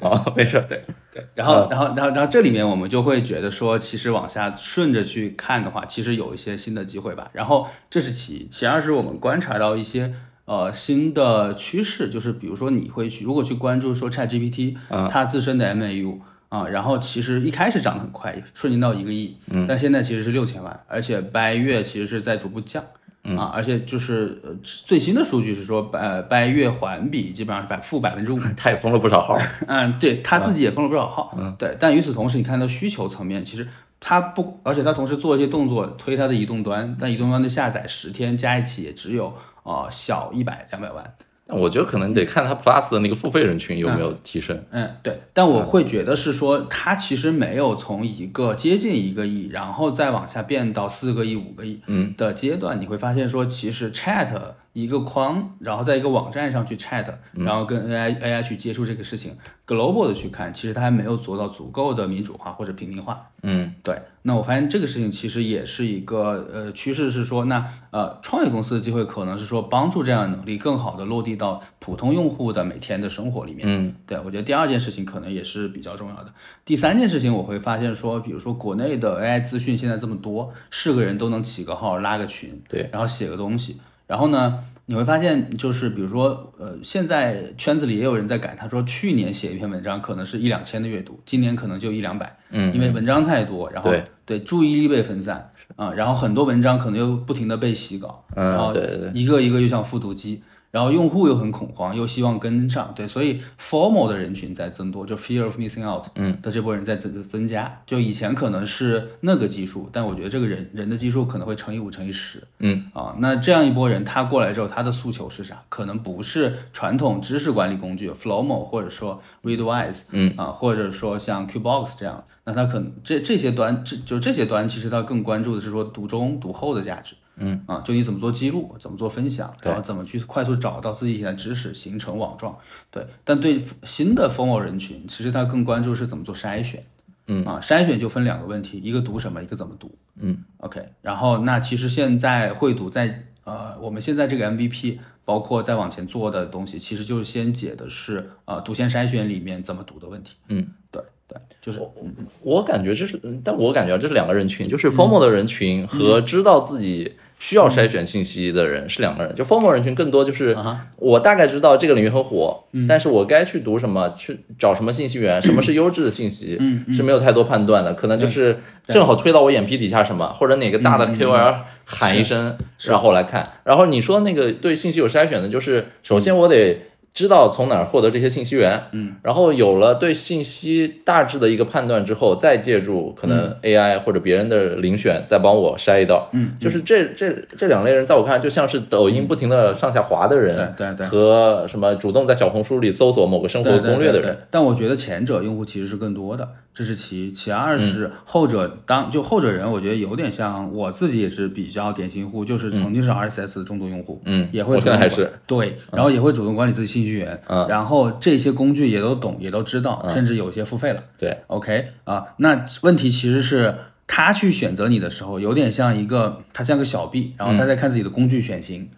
Speaker 1: 好，没事。对，
Speaker 2: 对，然后，然后，然后，然后这里面我们就会觉得说，其实往下顺着去看的话，其实有一些新的机会吧。然后这是其一，其二是我们观察到一些呃新的趋势，就是比如说你会去如果去关注说 ChatGPT 它自身的 MAU 啊、然后其实一开始涨得很快，瞬间到一个亿，但现在其实是六千万，而且白月其实是在逐步降。啊，而且就是呃最新的数据是说，呃，白月环比基本上是百负百分之五，
Speaker 1: 他也封了不少号。
Speaker 2: 嗯，对他自己也封了不少号，对。但与此同时，你看到需求层面，其实他不，而且他同时做一些动作推他的移动端，但移动端的下载十天加一起也只有呃小一百两百万，
Speaker 1: 但我觉得可能得看他 Plus 的那个付费人群有没有提升。
Speaker 2: 嗯，对。但我会觉得是说，他其实没有从一个接近一个亿，然后再往下变到四个亿、五个亿
Speaker 1: 嗯
Speaker 2: 的阶段，你会发现说，其实 Chat 一个框，然后在一个网站上去 Chat，
Speaker 1: 嗯
Speaker 2: 然后跟 AI AI 去接触这个事情，global 的去看，其实它还没有做到足够的民主化或者平民化。
Speaker 1: 嗯，
Speaker 2: 对，那我发现这个事情其实也是一个呃趋势，是说那呃创业公司的机会可能是说帮助这样的能力更好的落地到普通用户的每天的生活里面。
Speaker 1: 嗯，
Speaker 2: 对我觉得第二件事情可能也是比较重要的。第三件事情我会发现说，比如说国内的 AI 资讯现在这么多，是个人都能起个号拉个群，
Speaker 1: 对，
Speaker 2: 然后写个东西，然后呢？你会发现，就是比如说，呃，现在圈子里也有人在感，他说去年写一篇文章可能是一两千的阅读，今年可能就一两百，
Speaker 1: 嗯，
Speaker 2: 因为文章太多，然后
Speaker 1: 对
Speaker 2: 注意力被分散啊、然后很多文章可能又不停的被洗稿，
Speaker 1: 嗯
Speaker 2: 然后
Speaker 1: 对对对
Speaker 2: 一个一个又像复读机，然后用户又很恐慌，又希望跟上，对，所以 formal 的人群在增多，就 fear of missing out，嗯，的这波人在增增加，就以前可能是那个基数，但我觉得这个人人的基数可能会乘以五乘以十，
Speaker 1: 嗯，
Speaker 2: 啊，那这样一波人他过来之后，他的诉求是啥？可能不是传统知识管理工具 Flowmo 或者说 Readwise，嗯啊，或者说像 Qbox 这样，那他可能这这些端这就这些端，其实他更关注的是说读中读后的价值。嗯啊，就你怎么做记录，怎么做分享，然后怎么去快速找到自己以前的知识，形成网状。对，但对新的 formal 人群，其实他更关注是怎么做筛选。嗯啊，筛选就分两个问题，一个读什么，一个怎么读。嗯，OK。然后那其实现在会读在呃，我们现在这个 MVP，包括再往前做的东西，其实就是先解的是呃读先筛选里面怎么读的问题。
Speaker 1: 嗯，
Speaker 2: 对对，就是
Speaker 1: 我感觉这是，嗯但我感觉这是两个人群，就是
Speaker 2: 嗯
Speaker 1: formal 的人群和知道自己需要筛选信息的人是两个人。就 formal 人群更多就是
Speaker 2: 啊哈嗯
Speaker 1: 我大概知道这个领域很火，但是我该去读什么，去找什么信息 源，什么是优质的信息，
Speaker 2: 嗯
Speaker 1: 是没有太多判断的，可能就是正好推到我眼皮底下什么，或者哪个
Speaker 2: 嗯
Speaker 1: 大的 KOL 喊一声，然后我来看。然后你说那个对信息有筛选的，就是首
Speaker 2: 嗯
Speaker 1: 先我得。知道从哪儿获得这些信息源，嗯，然后有了对信息大致的一个判断之后，再借助可能 AI 或者别人的遴选，再帮我筛一道，
Speaker 2: 嗯，
Speaker 1: 就是这这这两类人，在我看来就像是抖音不停的上下滑的人，
Speaker 2: 对对对
Speaker 1: 和什么主动在小红书里搜索某个生活
Speaker 2: 对对
Speaker 1: 攻略的
Speaker 2: 对
Speaker 1: 人，
Speaker 2: 对但我觉得前者用户其实是更多的，这是其一，其
Speaker 1: 嗯
Speaker 2: 二是、后者当就后者人，我觉得有点像我自己也是比较典型户，就是曾经是 RSS 的重度用户，
Speaker 1: 嗯
Speaker 2: 也会
Speaker 1: 我现在还
Speaker 2: 主动管对，然后也会主动管理自己信息源，
Speaker 1: 嗯
Speaker 2: 然后这些工具也都懂，也都知道，甚至有些付费了。
Speaker 1: 对，
Speaker 2: OK 啊，那问题其实是他去选择你的时候，有点像一个他像个小臂，然后
Speaker 1: 嗯
Speaker 2: 他在看自己的工具选型、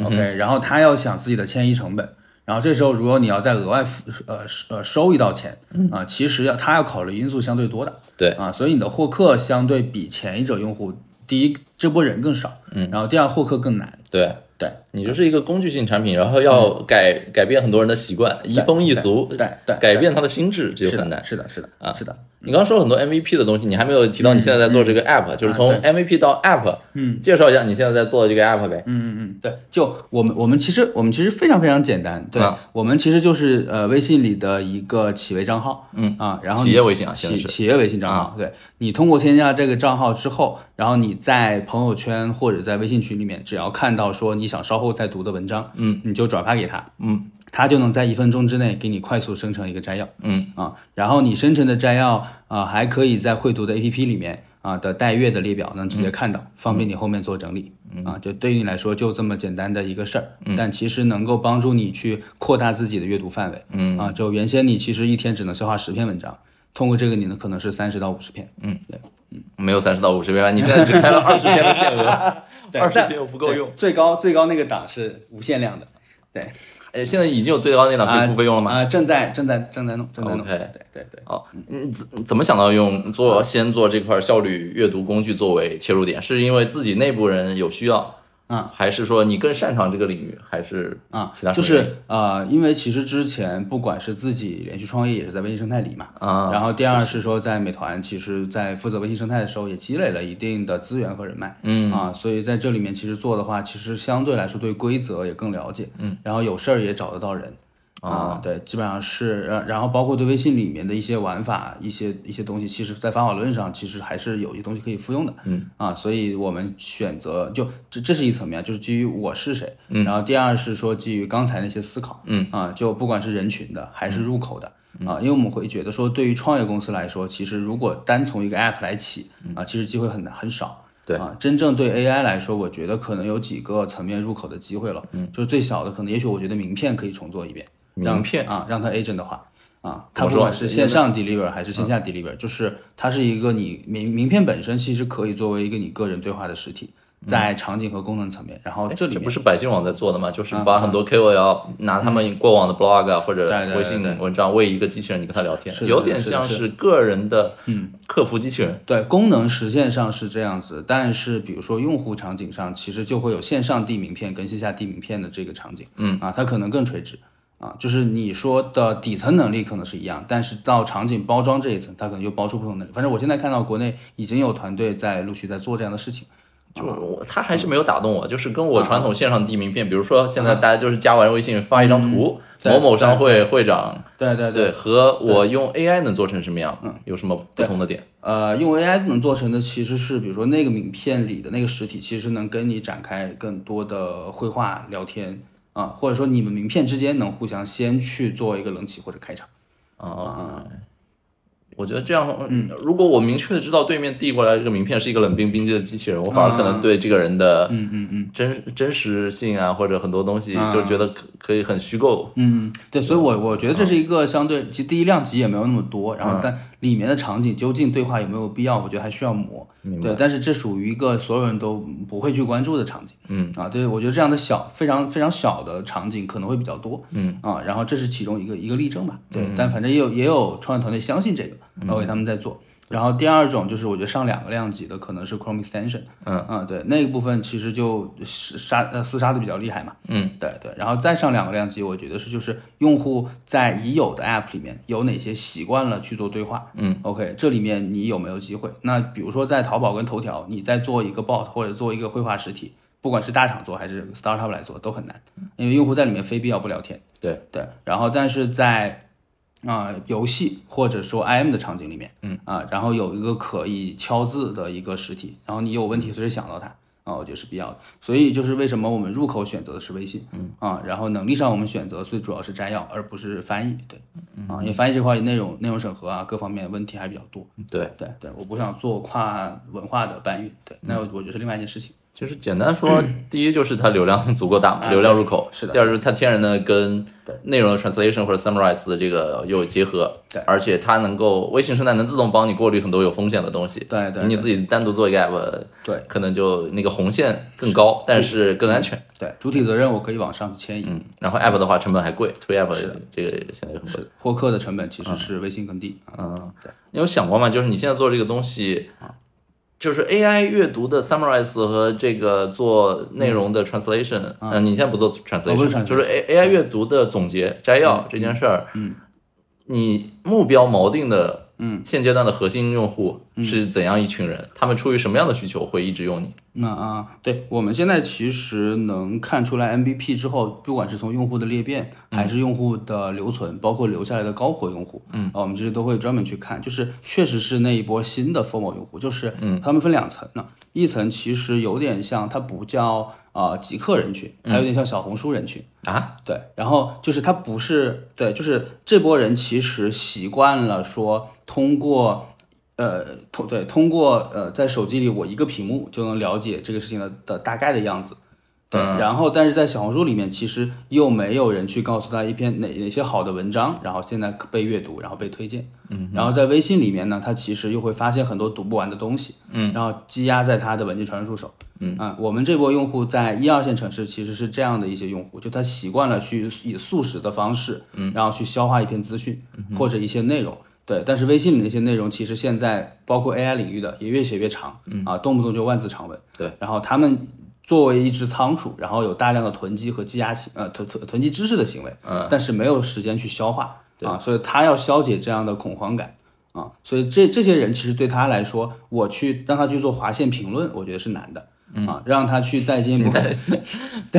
Speaker 2: o k 然后他要想自己的迁移成本，然后这时候如果你要再额外付呃呃收一道钱啊、其实要他要考虑因素相对多的，
Speaker 1: 嗯对
Speaker 2: 啊，所以你的获客相对比前一者用户，第一这波人更少，嗯，然后第二获客更难，
Speaker 1: 对。
Speaker 2: 对
Speaker 1: 你就是一个工具性产品，然后要改改变很多人的习惯，移风易俗，
Speaker 2: 嗯对对
Speaker 1: 改变他的心智，这
Speaker 2: 是
Speaker 1: 就很难
Speaker 2: 的，。是的，是的，
Speaker 1: 啊
Speaker 2: 是的，
Speaker 1: 你刚刚说了很多 MVP 的东西，你还没有提到你现在在做这个 app，、就是从
Speaker 2: 啊
Speaker 1: MVP 到 app，
Speaker 2: 嗯
Speaker 1: 介绍一下你现在在做的这个 app 呗。
Speaker 2: 嗯嗯嗯，对，就我们我们其实我们其实非常非常简单，对，
Speaker 1: 啊
Speaker 2: 我们其实就是呃微信里的一个企微账号，
Speaker 1: 嗯
Speaker 2: 啊，然后
Speaker 1: 企
Speaker 2: 你
Speaker 1: 业微信啊啊现
Speaker 2: 企
Speaker 1: 在是
Speaker 2: 企业微信账号，对你通过添加这个账号之后，然后你在朋友圈或者在微信群里面，只要看到说你想稍后再读的文章，
Speaker 1: 嗯，
Speaker 2: 你就转发给他，
Speaker 1: 嗯，
Speaker 2: 他就能在一分钟之内给你快速生成一个摘要，
Speaker 1: 嗯
Speaker 2: 啊，然后你生成的摘要啊、还可以在绘图的 APP 里面啊的待阅的列表能直
Speaker 1: 嗯
Speaker 2: 接看到，方便你后面做整理。啊，就对于你来说就这么简单的一个事儿，
Speaker 1: 嗯
Speaker 2: 但其实能够帮助你去扩大自己的阅读范围。嗯啊，就原先你其实一天只能消化十篇文章，通过这个你呢可能是三十到五十 篇。
Speaker 1: 没有三十到五十篇，你现在只开了二十篇的限额，
Speaker 2: 对
Speaker 1: 二十
Speaker 2: 但
Speaker 1: 篇又不够用。
Speaker 2: 最高最高那个档是无限量的。对，
Speaker 1: 哎，现在已经有最高那档可以付费用了吗？
Speaker 2: 啊，正在正在正在弄，正在弄。
Speaker 1: OK
Speaker 2: 对对对。
Speaker 1: 哦，你怎怎么想到用做先做这块效率阅读工具作为切入点？是因为自己内部人有需要，
Speaker 2: 嗯，
Speaker 1: 还是说你更擅长这个领域，还是
Speaker 2: 啊
Speaker 1: 其他，什
Speaker 2: 就
Speaker 1: 么原因
Speaker 2: 是呃，因为其实之前不管是自己连续创业，也是在微信生态里嘛。
Speaker 1: 啊
Speaker 2: 然后第二是说，在美团，其实在负责微信生态的时候，也积累了一定的资源和人脉。嗯啊，所以在这里面其实做的话，其实相对来说对规则也更了解。嗯，然后有事儿也找得到人。啊，对，基本上是，呃然然后包括对微信里面的一些玩法、一些一些东西，其实在方法论上其实还是有一些东西可以复用的，嗯啊，所以我们选择就这这是一层面，就是基于我是谁，嗯，然后第二是说基于刚才那些思考，嗯啊，就不管是人群的还是入口的。啊，因为我们会觉得说，对于创业公司来说，其实如果单从一个 app 来起啊，其实机会很很少。
Speaker 1: 对
Speaker 2: 啊，真正对 AI 来说，我觉得可能有几个层面入口的机会了。嗯，就是最小的，可能也许我觉得名片可以重做一遍，让
Speaker 1: 名片
Speaker 2: 啊，让它 agent 的话啊，
Speaker 1: 怎
Speaker 2: 它
Speaker 1: 么
Speaker 2: 不
Speaker 1: 说嗯
Speaker 2: 管是线上 deliver 还是线下 deliver，、就是它是一个你名名片本身其实可以作为一个你个人对话的实体，
Speaker 1: 嗯
Speaker 2: 在场景和功能层面，然后
Speaker 1: 哎
Speaker 2: 这里面啊
Speaker 1: 不是百姓网在做的嘛？就是把很多 KOL 拿他们过往的 blog 啊或者
Speaker 2: 对对对
Speaker 1: 微信文章喂一个机器人，你跟他聊天
Speaker 2: 是，的
Speaker 1: 有点
Speaker 2: 是的
Speaker 1: 像
Speaker 2: 是的嗯
Speaker 1: 是个人的客服机器人。
Speaker 2: 对功能实现上是这样子，但是比如说用户场景上，其实就会有线上递名片跟线下递名片的这个场景，嗯啊，它可能更垂直啊，就是你说的底层能力可能是一样，但是到场景包装这一层，它可能又包出不同能力。反正我现在看到国内已经有团队在陆续在做这样的事情，
Speaker 1: 就
Speaker 2: 啊
Speaker 1: 我他还是没有打动我，就是跟我传统线上递名片，比如说现在大家就是加完微信发一张图，
Speaker 2: 啊嗯对
Speaker 1: 某某商会会长，
Speaker 2: 对对嗯
Speaker 1: 对，和我用 AI 能做成什么样，有什么不同的点？
Speaker 2: 呃，用 AI 能做成的其实是，比如说那个名片里的那个实体，其实能跟你展开更多的绘画聊天啊、或者说你们名片之间能互相先去做一个冷启或者开场。
Speaker 1: 啊，我觉得这样，
Speaker 2: 嗯
Speaker 1: 如果我明确的知道对面递过来这个名片是一个冷冰冰的机器人，我反而可能对这个人的
Speaker 2: 啊嗯嗯嗯
Speaker 1: 真真实性啊，或者很多东西，就是觉得可可以很虚构。
Speaker 2: 嗯，对，所以我我觉得这是一个相对，其实第一量级也没有那么多，然后但里面的场景究竟对话有没有必要，我觉得还需要磨。对，但是这属于一个所有人都不会去关注的场景。嗯啊，对，我觉得这样的小非常非常小的场景可能会比较多。嗯啊，然后这是其中一个一个例证吧。对，但反正也有也有创业团队相信这个，然后给他们在做。然后第二种就是我觉得上两个量级的可能是 Chrome extension，嗯啊对，那个部分其实就杀呃厮杀的比较厉害嘛，嗯对对，然后再上两个量级，我觉得是就是用户在已有的 app 里面有哪些习惯了去做对话，嗯，OK 这里面你有没有机会？那比如说在淘宝跟头条，你在做一个 bot 或者做一个绘画实体，不管是大厂做还是 startup 来做都很难，因为用户在里面非必要不聊天，
Speaker 1: 对
Speaker 2: 对，然后但是在啊、游戏或者说 IM 的场景里面，嗯啊，然后有一个可以敲字的一个实体，然后你有问题随时想到它啊，我觉得是必要的。所以就是为什么我们入口选择的是微信，嗯啊，然后能力上我们选择最主要是摘要，而不是翻译，对，啊，因为翻译这块内容内容审核啊各方面问题还比较多，
Speaker 1: 对，
Speaker 2: 对对，我不想做跨文化的搬运，对，那我觉得是另外一件事情，
Speaker 1: 其实简单 说，第一就是它流量足够大嘛，
Speaker 2: 啊
Speaker 1: 流量入口；
Speaker 2: 对是的
Speaker 1: 第二就是它天然的跟
Speaker 2: 对
Speaker 1: 内容的 translation 或者 summarize 的这个又有结合。
Speaker 2: 对
Speaker 1: 而且它能够微信生态能自动帮你过滤很多有风险的东西。
Speaker 2: 哎对对
Speaker 1: 你
Speaker 2: 对
Speaker 1: 自己单独做一个 app，
Speaker 2: 对
Speaker 1: 可能就那个红线更高，但是更安全。
Speaker 2: 对，主体责任我可以往上去迁移，
Speaker 1: 嗯，然后 app 的话成本还贵，推 app 这个现在也很贵。
Speaker 2: 获客的成本其实是微信更低啊，
Speaker 1: 嗯，你有想过吗？就是你现在做这个东西，就是 AI 阅读的 summarize 和这个做内容的 translation，嗯、你现在不做 translation，
Speaker 2: 我啊哦不是 translation
Speaker 1: 就是 A AI 阅读的总结摘要这件事儿，嗯，你目标锚定的，嗯，现阶段的核心用户
Speaker 2: 嗯
Speaker 1: 是怎样一群人？他们出于什么样的需求会一直用你？
Speaker 2: 那啊，对我们现在其实能看出来 MVP 之后，不管是从用户的裂变，还是用户的留存，包括留下来的高活用户，嗯，啊，我们这些都会专门去看，就是确实是那一波新的 FOMO 用户，就是他们分两层呢，一层其实有点像，它不叫啊极客人群，它有点像小红书人群，
Speaker 1: 啊，
Speaker 2: 对，然后就是他不是对，就是这波人其实习惯了说通过呃通对通过呃在手机里我一个屏幕就能了解这个事情的的大概的样子。对，然后但是在小红书里面，其实又没有人去告诉他一篇哪哪些好的文章，然后现在被阅读，然后被推荐。嗯，然后在微信里面呢，他其实又会发现很多读不完的东西，嗯，然后积压在他的文件传输手。嗯啊，我们这波用户在一二线城市其实是这样的一些用户，就他习惯了去以速食的方式，嗯，然后去消化一篇资讯、或者一些内容。对，但是微信里那些内容，其实现在包括 AI 领域的也越写越长，嗯、啊，动不动就万字长文。
Speaker 1: 对，
Speaker 2: 然后他们作为一只仓鼠，然后有大量的囤积和积压行，呃，囤囤囤积知识的行为，嗯，但是没有时间去消化，啊，所以他要消解这样的恐慌感。啊，所以这这些人其实对他来说，我去让他去做划线评论，我觉得是难的、啊，让他去在进一步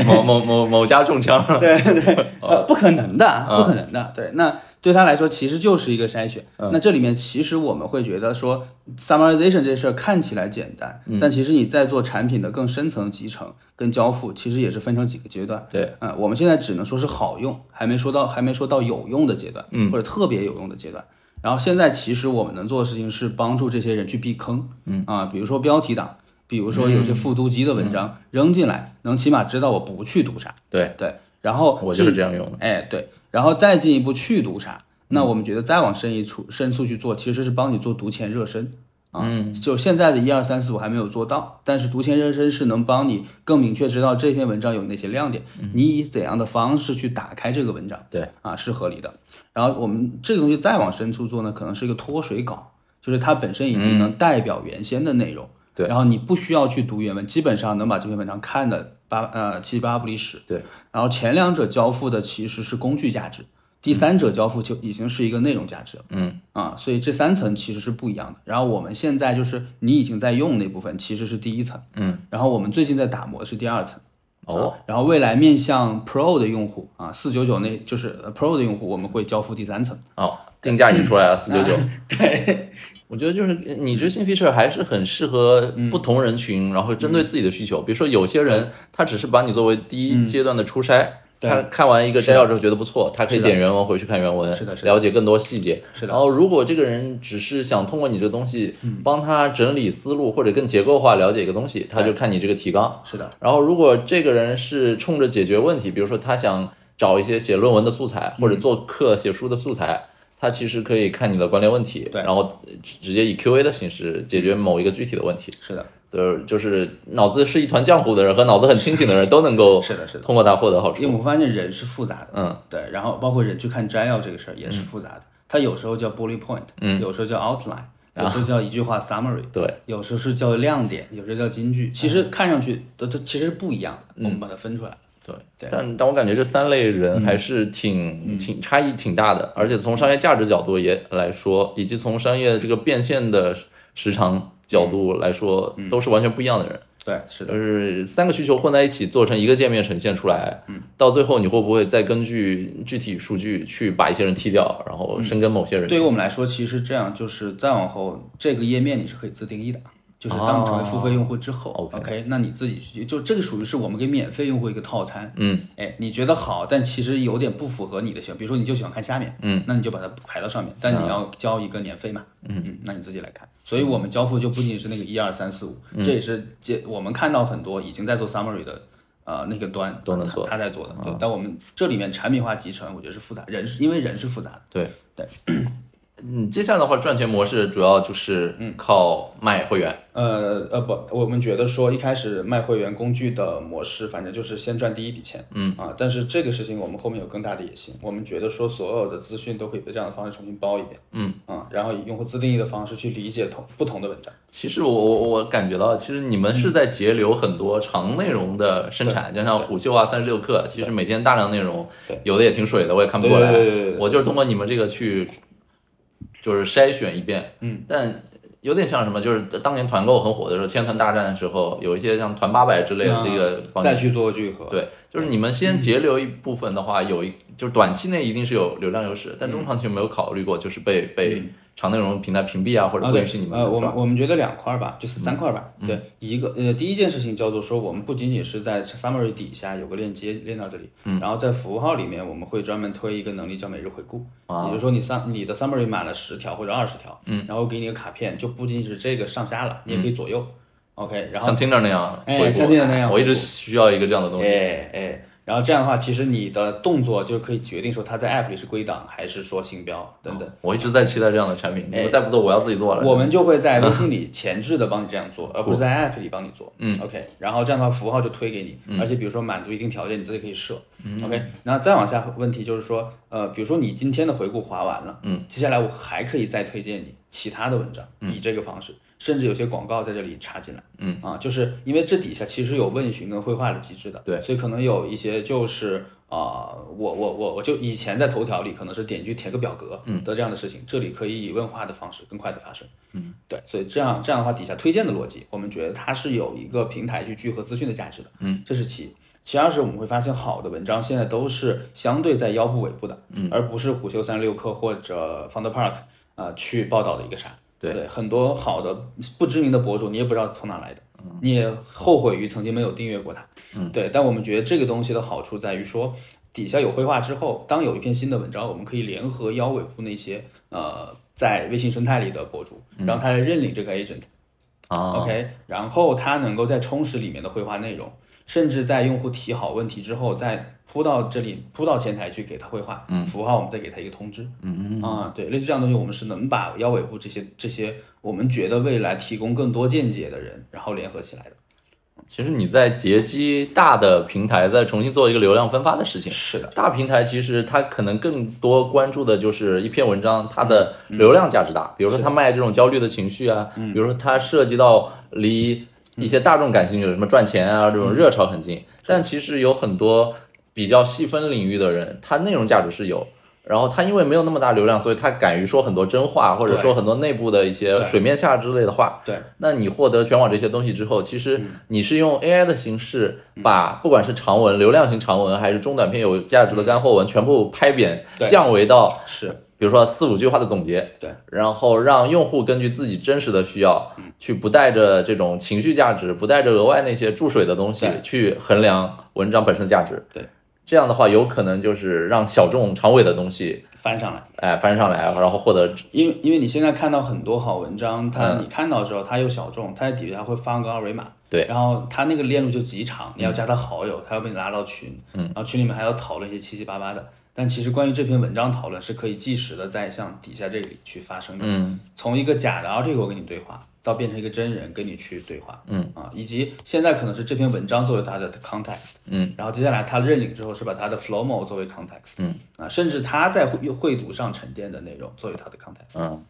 Speaker 1: 某某某某家中枪了，
Speaker 2: 呃，不可能的，不可能的。对，那对他来说其实就是一个筛选。那这里面其实我们会觉得说，summarization 这事儿看起来简单，但其实你在做产品的更深层的集成跟交付，其实也是分成几个阶段。
Speaker 1: 对，
Speaker 2: 嗯，我们现在只能说是好用，还没说到还没说到有用的阶段，嗯，或者特别有用的阶段。然后现在其实我们能做的事情是帮助这些人去避坑，嗯啊，比如说标题党，比如说有些复读机的文章、扔进来，能起码知道我不去读啥，
Speaker 1: 对
Speaker 2: 对。然后
Speaker 1: 我就是
Speaker 2: 这
Speaker 1: 这样用的。
Speaker 2: 哎，对，然后再进一步去读啥？那
Speaker 1: 嗯
Speaker 2: 我们觉得再往深一处深处去做，其实是帮你做读前热身啊。
Speaker 1: 嗯
Speaker 2: 就现在的一二三四五还没有做到，但是读前热身是能帮你更明确知道这篇文章有哪些亮点，你以怎样的方式去打开这个文章，
Speaker 1: 嗯对
Speaker 2: 啊是合理的。然后我们这个东西再往深处做呢，可能是一个脱水稿，就是它本身已经能代表原先的内容。
Speaker 1: 嗯对
Speaker 2: 然后你不需要去读原文，基本上能把这篇文章看的八呃七八不离十。
Speaker 1: 对，
Speaker 2: 然后前两者交付的其实是工具价值，第三者交付就已经是一个内容价值了。
Speaker 1: 嗯
Speaker 2: 啊，所以这三层其实是不一样的。然后我们现在就是你已经在用那部分其实是第一层，
Speaker 1: 嗯，
Speaker 2: 然后我们最近在打磨是第二层。啊
Speaker 1: 哦，
Speaker 2: 然后未来面向 Pro 的用户啊，四九九那就是呃 Pro 的用户，我们会交付第三层。
Speaker 1: 哦，定价已经出来了，四九九。 对，我觉得就是你这新 feature 还是很适合
Speaker 2: 嗯
Speaker 1: 不同人群，然后针对自己的需求。比如说有些人他只是把你作为第
Speaker 2: 嗯
Speaker 1: 一阶段的初筛。他看完一个摘要之后觉得不错，他可以点原文回去看原文，
Speaker 2: 是的是
Speaker 1: 了解更多细节。是的。然后，如果这个人只是想通过你这个东西
Speaker 2: 嗯
Speaker 1: 帮他整理思路或者更结构化了解一个东西，他就看你这个提纲。
Speaker 2: 啊是的，
Speaker 1: 然后，如果这个人是冲着解决问题，比如说他想找一些写论文的素
Speaker 2: 嗯
Speaker 1: 材，或者做课写书的素材，他其实可以看你的关联问题，
Speaker 2: 对
Speaker 1: 然后直直接以 Q&A 的形式解决某一个具体的问题。
Speaker 2: 是的，
Speaker 1: 就是就是脑子是一团浆糊的人和脑子很清醒的人都能够
Speaker 2: 是的是的
Speaker 1: 通过它获哦得好处
Speaker 2: 因为。我们发现人是复杂的，
Speaker 1: 嗯，
Speaker 2: 对，然后包括人去看摘要这个事儿也是复杂的，它有时候叫 bullet point，嗯，啊有时候叫 outline，有时候叫一句话 summary，
Speaker 1: 对，
Speaker 2: 有时候是叫亮点，有时候叫金句，其实看上去都都其实是不一样的，我们把它分出来了。对嗯
Speaker 1: 但但我感觉这三类人还是挺、挺差异挺大的，而且从商业价值角度也来说，以及从商业这个变现的时长角度来说，都是完全不一样的人。
Speaker 2: 对，嗯是的，
Speaker 1: 就是三个需求混在一起做成一个界面呈现出来，嗯，到最后你会不会再根据具体数据去把一些人踢掉，然
Speaker 2: 嗯
Speaker 1: 后深耕某些人？
Speaker 2: 对于我们来说，其实这样就是再往后这个页面你是可以自定义的就是当成为付费用户之后、
Speaker 1: 哦
Speaker 2: o
Speaker 1: ，OK
Speaker 2: k 那你自己去就这个属于是我们给免费用户一个套餐。
Speaker 1: 嗯，
Speaker 2: 哎，你觉得好，但其实有点不符合你的喜欢，比如说你就喜欢看下面，
Speaker 1: 嗯，
Speaker 2: 那你就把它排到上面，但你要交一个年费嘛，嗯嗯，那你自己来看。所以我们交付就不仅仅是那个一二三四五，
Speaker 1: 嗯
Speaker 2: 这也是接我们看到很多已经在做 summary 的。呃，那个端
Speaker 1: 都能
Speaker 2: 他
Speaker 1: 做嗯
Speaker 2: 他在做的，对。但我们这里面产品化集成，我觉得是复杂，人是因为人是复杂的，
Speaker 1: 对
Speaker 2: 对。
Speaker 1: 嗯，接下来的话，赚钱模式主要就是
Speaker 2: 嗯
Speaker 1: 靠卖会员。
Speaker 2: 呃呃不，我们觉得说一开始卖会员工具的模式，反正就是先赚第一笔钱，嗯啊，但是这个事情我们后面有更大的野心，我们觉得说所有的资讯都可以被这样的方式重新包一遍，嗯啊，然后以用户自定义的方式去理解同不同的文章，
Speaker 1: 其实我我我感觉到，其实你们
Speaker 2: 嗯
Speaker 1: 是在节流很多长内容的生产，就像虎嗅啊、三十六氪，其实每天大量内容，有的也挺水的，我也看不过来
Speaker 2: 对对对对对。
Speaker 1: 我就是通过你们这个去，就是筛选一遍。
Speaker 2: 嗯，
Speaker 1: 但有点像什么，就是当年团购很火的时候，千团大战的时候，有一些像团八百之类的这个呃帮你
Speaker 2: 再去做聚合，
Speaker 1: 对，就是你们先节流一部分的话，有一就是短期内一定是有流量优势，但中长期有没有考虑过就是被被长内容平台屏蔽啊，或者
Speaker 2: 嗯啊
Speaker 1: 不
Speaker 2: 对
Speaker 1: 允许你，们
Speaker 2: 呃，我
Speaker 1: 抓嗯
Speaker 2: 们？我们觉得两块儿吧，就是三块儿吧。对，一个呃，第一件事情叫做说，我们不仅仅是在 summary 底下有个链接链到这里，
Speaker 1: 嗯
Speaker 2: 然后在服务号里面我们会专门推一个能力叫每日回顾，
Speaker 1: 啊
Speaker 2: 也就是说你上你的 summary 满了十条或者二十条，
Speaker 1: 嗯
Speaker 2: 然后给你个卡片，就不仅仅是这个上下了，你也可以左右。OK，然后
Speaker 1: 像 Tinder 那样
Speaker 2: 哎
Speaker 1: 回顾，
Speaker 2: 像 Tinder 那样
Speaker 1: 我一直
Speaker 2: 回顾
Speaker 1: 需要一个这样的东西。
Speaker 2: 哎哎，然后这样的话，其实你的动作就可以决定说它在 app 里是归档还是说星标等等。
Speaker 1: 我一直在期待这样的产品，你们再不做，我要自己做了。
Speaker 2: 哎我们就会在微信里前置的帮你这样做，而不是在 App 里帮你做。嗯，OK，然后这样的话符号就推给你，而且比如说满足一定条件，你自己可以设。OK，然后再往下问题就是说，呃，比如说你今天的回顾划完了，嗯，接下来我还可以再推荐你其他的文章，以这个方式，甚至有些广告在这里插进来。嗯啊，就是因为这底下其实有问询跟绘画的机制的，
Speaker 1: 对
Speaker 2: 所以可能有一些就是啊、我我我我就以前在头条里可能是点击填个表格的这样的事情，这里可以以问话的方式更快的发生。嗯，对，所以这样这样的话，底下推荐的逻辑，我们觉得它是有一个平台去聚合资讯的价值的。嗯，这是其一。其二是我们会发现，好的文章现在都是相对在腰部尾部的，嗯、而不是虎嗅三六氪或者 Founder Park 啊、呃去报道的一个啥。
Speaker 1: 对
Speaker 2: 很多好的不知名的博主，你也不知道从哪来的，你也后悔于曾经没有订阅过他。嗯，对。但我们觉得这个东西的好处在于说，底下有绘画之后，当有一篇新的文章，我们可以联合腰尾部那些呃在微信生态里的博主，让他来认领这个 agent，
Speaker 1: 啊，
Speaker 2: OK，然后它能够再充实里面的绘画内容，甚至在用户提好问题之后，再铺到这里，铺到前台去给他绘画，嗯，符号我们再给他一个通知，嗯嗯啊，对，类似这样的东西，我们是能把腰尾部这些这些我们觉得未来提供更多见解的人，然后联合起来的。
Speaker 1: 其实你在截击大的平台，再重新做一个流量分发的事情。
Speaker 2: 是的，
Speaker 1: 大平台其实它可能更多关注的就是一篇文章它的
Speaker 2: 嗯
Speaker 1: 流量价值大，比如说它卖这种焦虑的情绪啊，比如说它涉及到离一
Speaker 2: 嗯
Speaker 1: 些大众感兴趣的什么赚钱啊这种热潮很近，但其实有很多比较细分领域的人，他内容价值是有。然后他因为没有那么大流量，所以他敢于说很多真话，或者
Speaker 2: 对
Speaker 1: 说很多内部的一些
Speaker 2: 对
Speaker 1: 水面下之类的话。
Speaker 2: 对，嗯
Speaker 1: 那你获得全网这些东西之后，其实你是用 AI 的形式把不管是长文、流量型长文，还是中短篇有价值的干货文，全部拍扁
Speaker 2: 对，
Speaker 1: 降维到
Speaker 2: 是
Speaker 1: 比如说四五句话的总结，
Speaker 2: 对，嗯
Speaker 1: 然后让用户根据自己真实的需要，去不带着这种情绪价值，不带着额外那些注水的东西
Speaker 2: 对
Speaker 1: 去衡量文章本身的价值。
Speaker 2: 对，
Speaker 1: 这样的话有可能就是让小众长尾的东西，
Speaker 2: 翻上来。
Speaker 1: 哎，翻上来，然后获得
Speaker 2: 因为因为你现在看到很多好文章，它
Speaker 1: 嗯
Speaker 2: 你看到之后，它又小众，它在底下会发个二维码，
Speaker 1: 对
Speaker 2: 然后它那个链路就极长，你要
Speaker 1: 嗯
Speaker 2: 加他好友，他要被你拉到群，嗯，然后群里面还要讨论一些七七八八的。但其实关于这篇文章讨论是可以即时的在像底下这里去发生的，
Speaker 1: 嗯，
Speaker 2: 从一个假的 article 跟你对话，到变成一个真人跟你去对话，
Speaker 1: 嗯
Speaker 2: 啊，以及现在可能是这篇文章作为它的 context，
Speaker 1: 嗯，
Speaker 2: 然后接下来他认领之后是把他的 flowmo 作为 context，
Speaker 1: 嗯，
Speaker 2: 啊，甚至他在绘绘读上沉淀的内容作为他的 context。
Speaker 1: 嗯，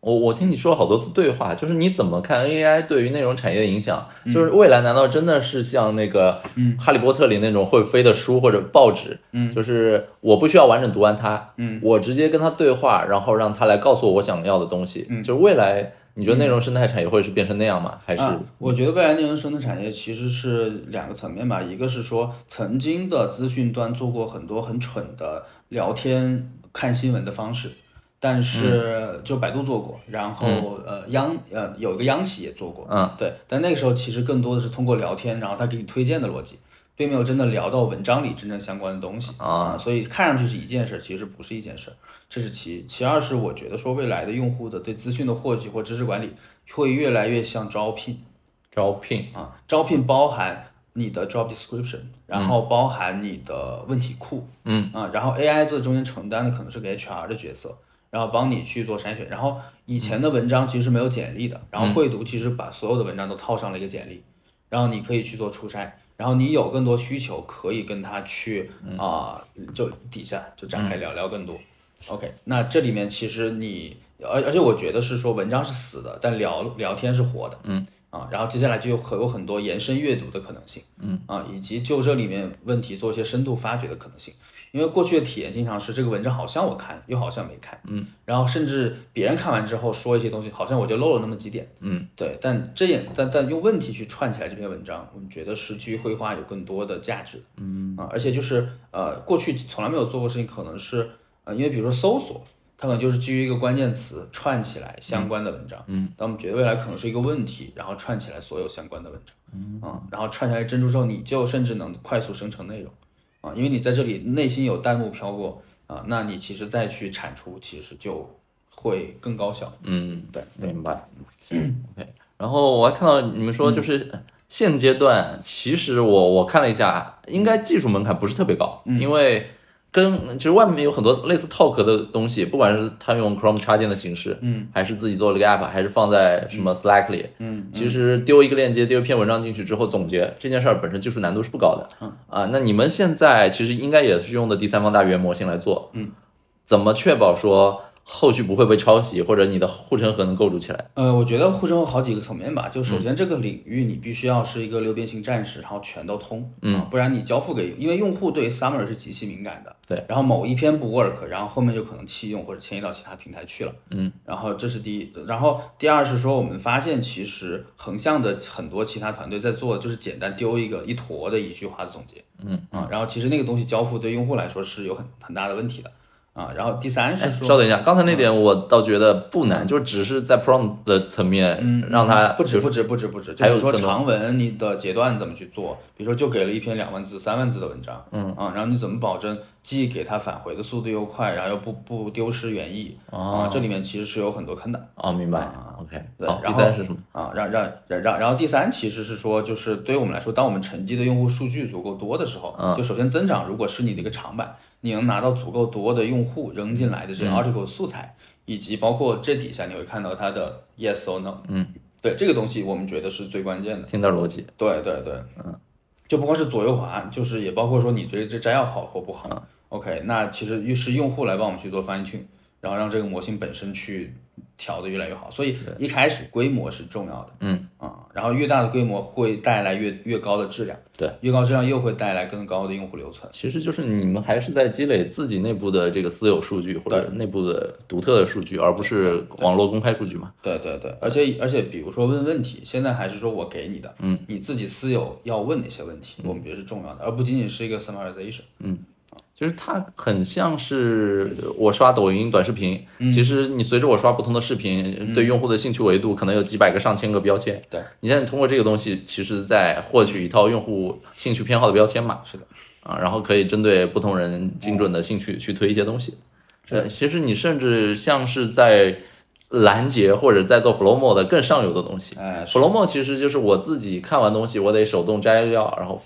Speaker 1: 我我听你说了好多次对话，就是你怎么看 AI 对于内容产业的影响？就是未来难道真的是像那个《哈利波特》里那种会飞的书或者报纸？嗯，就是我不需要完整读完它，嗯，我直接跟他对话，然后让他来告诉我我想要的东西。嗯，就是未来你觉得内容生态产业会是变成那样吗？还是
Speaker 2: 啊，我觉得未来内容生成产业其实是两个层面吧，一个是说曾经的资讯端做过很多很蠢的聊天、看新闻的方式，但
Speaker 1: 嗯
Speaker 2: 是就百度做过，然后呃央呃有一个央企也做过，
Speaker 1: 嗯，
Speaker 2: 对，但那个时候其实更多的是通过聊天，然后他给你推荐的逻辑，并没有真的聊到文章里真正相关的东西
Speaker 1: 啊
Speaker 2: 所以看上去是一件事，其实不是一件事，这是其一其二是我觉得说未来的用户的对资讯的获取或知识管理会越来越像招聘
Speaker 1: 招聘
Speaker 2: 啊，招聘包含你的 job description，然后包含你的问题库，
Speaker 1: 嗯
Speaker 2: 啊，然后 AI 做中间承担的可能是给 HR 的角色，然后帮你去做筛选。然后以前的文章其实是没有简历的，然后绘读其实把所有的文章都套上了一个简历，然后你可以去做出差，然后你有更多需求可以跟他去啊、就底下就展开聊聊更多。OK，那这里面其实你，而而且我觉得是说文章是死的，但聊聊天是活的，嗯啊，然后接下来就有很有很多延伸阅读的可能性，嗯啊，以及就这里面问题做一些深度发掘的可能性，因为过去的体验经常是这个文章好像我看了，又好像没看，嗯，然后甚至别人看完之后说一些东西，好像我就漏了那么几点，嗯，对，但这也但但用问题去串起来这篇文章，我们觉得是基于绘画有更多的价值，嗯啊，而且就是呃，过去从来没有做过事情，可能是。呃，因为比如说搜索，它可能就是基于一个关键词串起来相关的文章，嗯，但我们觉得未来可能是一个问题，然后串起来所有相关的文章，嗯，啊、然后串起来珍珠之后，你就甚至能快速生成内容，啊，因为你在这里内心有弹幕飘过，啊，那你其实再去产出，其实就会更高效，
Speaker 1: 嗯，
Speaker 2: 对，
Speaker 1: 明白。OK，然后我还看到你们说，就是现阶段，其实我我看了一下，应该技术门槛不是特别高，
Speaker 2: 嗯
Speaker 1: 因为跟其实外面有很多类似 Talk 的东西，不管是它用 Chrome 插件的形式，
Speaker 2: 嗯，
Speaker 1: 还是自己做了一个 App，还是放在什么 Slack 里，
Speaker 2: 嗯，
Speaker 1: 其实丢一个链接，丢一篇文章进去之后总结这件事儿本身技术难度是不高的，
Speaker 2: 嗯
Speaker 1: 啊，那你们现在其实应该也是用的第三方大语言模型来做，嗯，怎么确保说后续不会被抄袭，或者你的护城河能构筑起来？
Speaker 2: 呃，我觉得护城河好几个层面吧，就首先这个领域你必须要是一个流变性战士，然后全都通，嗯、不然你交付给，因为用户对 Summer 是极其敏感的，
Speaker 1: 对，
Speaker 2: 然后某一篇不 work，然后后面就可能弃用或者迁移到其他平台去了，嗯，然后这是第一，然后第二是说我们发现其实横向的很多其他团队在做就是简单丢一个一坨的一句话的总结，嗯啊，然后其实那个东西交付对用户来说是有很很大的问题的啊，然后第三是说
Speaker 1: 哎
Speaker 2: 嗯
Speaker 1: 稍等一下，刚才那点我倒觉得不难，就只是在 prompt 的层面让它
Speaker 2: 嗯不止
Speaker 1: 就
Speaker 2: 不止不止不止，就
Speaker 1: 还
Speaker 2: 比
Speaker 1: 有
Speaker 2: 如说
Speaker 1: 更多
Speaker 2: 长文，你的截段怎么去做？比如说就给了一篇两万字、三万字的文章，嗯啊，然后你怎么保证既给他返回的速度又快，然后又不不丢失原意？啊，这里面其实是有很多坑的。啊
Speaker 1: 哦，明白？OK，
Speaker 2: 对
Speaker 1: 好，
Speaker 2: 然
Speaker 1: 第
Speaker 2: 后
Speaker 1: 三是什么？
Speaker 2: 啊，让让让让，然后第三其实是说，就是对于我们来说，当我们沉积的用户数据足够多的时候，
Speaker 1: 嗯
Speaker 2: 就首先增长如果是你的一个长板，你能拿到足够多的用户扔进来的
Speaker 1: 嗯
Speaker 2: 这些 article 素材，以及包括这底下你会看到它的 yes or no，嗯，对这个东西我们觉得是最关键的，
Speaker 1: 听点逻辑，
Speaker 2: 对对对，嗯，就不光是左右滑，就是也包括说你对这摘要好或不好。OK，那其实是用户来帮我们去做 fine tune，然后让这个模型本身去调的越来越好。所以一开始规模是重要的，
Speaker 1: 嗯
Speaker 2: 啊，然后越大的规模会带来越越高的质量，
Speaker 1: 对，
Speaker 2: 越高质量又会带来更高的用户留存。
Speaker 1: 其实就是你们还是在积累自己内部的这个私有数据或者内部的独特的数据，而不是网络公开数据嘛？
Speaker 2: 对对对，而且而且，比如说问问题，现在还是说我给你的，嗯，你自己私有要问哪些问
Speaker 1: 嗯
Speaker 2: 题，我们觉得是重要的，而不仅仅是一个 summarization。
Speaker 1: 就是它很像是我刷抖音短视频，
Speaker 2: 嗯
Speaker 1: 其实你随着我刷不同的视频，对用户的兴趣维度可能有几百个、上千个标签。
Speaker 2: 对，
Speaker 1: 你现在通过这个东西，其实在获取一套用户兴趣偏好的标签嘛。
Speaker 2: 是的，
Speaker 1: 啊，然后可以针对不同人精准的兴趣去推一些东西。呃，其实你甚至像是在拦截或者在做 Flowmo 的更上游的东西。
Speaker 2: 哎是
Speaker 1: Flowmo 其实就是我自己看完东西，我得手动摘要，然后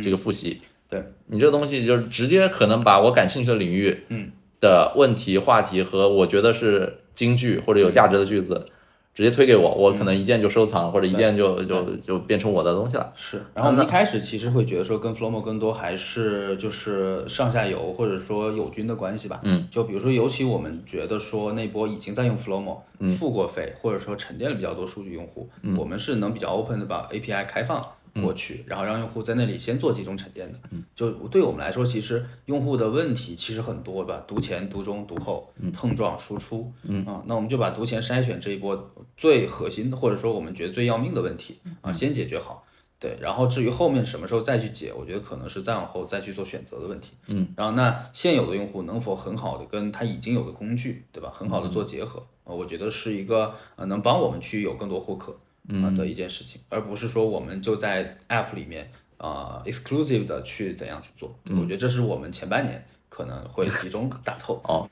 Speaker 1: 这个复习。
Speaker 2: 嗯对
Speaker 1: 你这个东西就是直接可能把我感兴趣的领域，
Speaker 2: 嗯，
Speaker 1: 的问题、话题和我觉得是金句或者有价值的句子，
Speaker 2: 嗯
Speaker 1: 直接推给我，我可能一键就收藏，或者一键就就就变成我的东西了。
Speaker 2: 是，然后我们一开始其实会觉得说跟 Flowmo 更多还是就是上下游或者说友军的关系吧。
Speaker 1: 嗯，
Speaker 2: 就比如说，尤其我们觉得说那波已经在用 Flowmo 付过费，或者说沉淀了比较多数据用户，我们是能比较 open 的把 API 开放。过去，然后让用户在那里先做集中沉淀的，就对我们来说，其实用户的问题其实很多吧，读前、读中、读后，碰撞、输出，嗯啊，那我们就把读嗯前筛选这一波最核心的，或者说我们觉得最要命的问题啊，先解决好，
Speaker 3: 对，然后至于后面什么时候再去解，我觉得可能是再往后再去做选择的问题。
Speaker 1: 嗯，
Speaker 3: 然后那现有的用户能否很好的跟他已经有的工具，对吧，很好
Speaker 2: 嗯
Speaker 3: 的做结合，呃我觉得是一个呃能帮我们去有更多获客啊、
Speaker 2: 嗯
Speaker 3: 呃的一件事情，而不是说我们就在 App 里面啊、呃 exclusive 的去怎样去做。对
Speaker 2: 嗯
Speaker 3: 我觉得这是我们前半年可能会集中打透。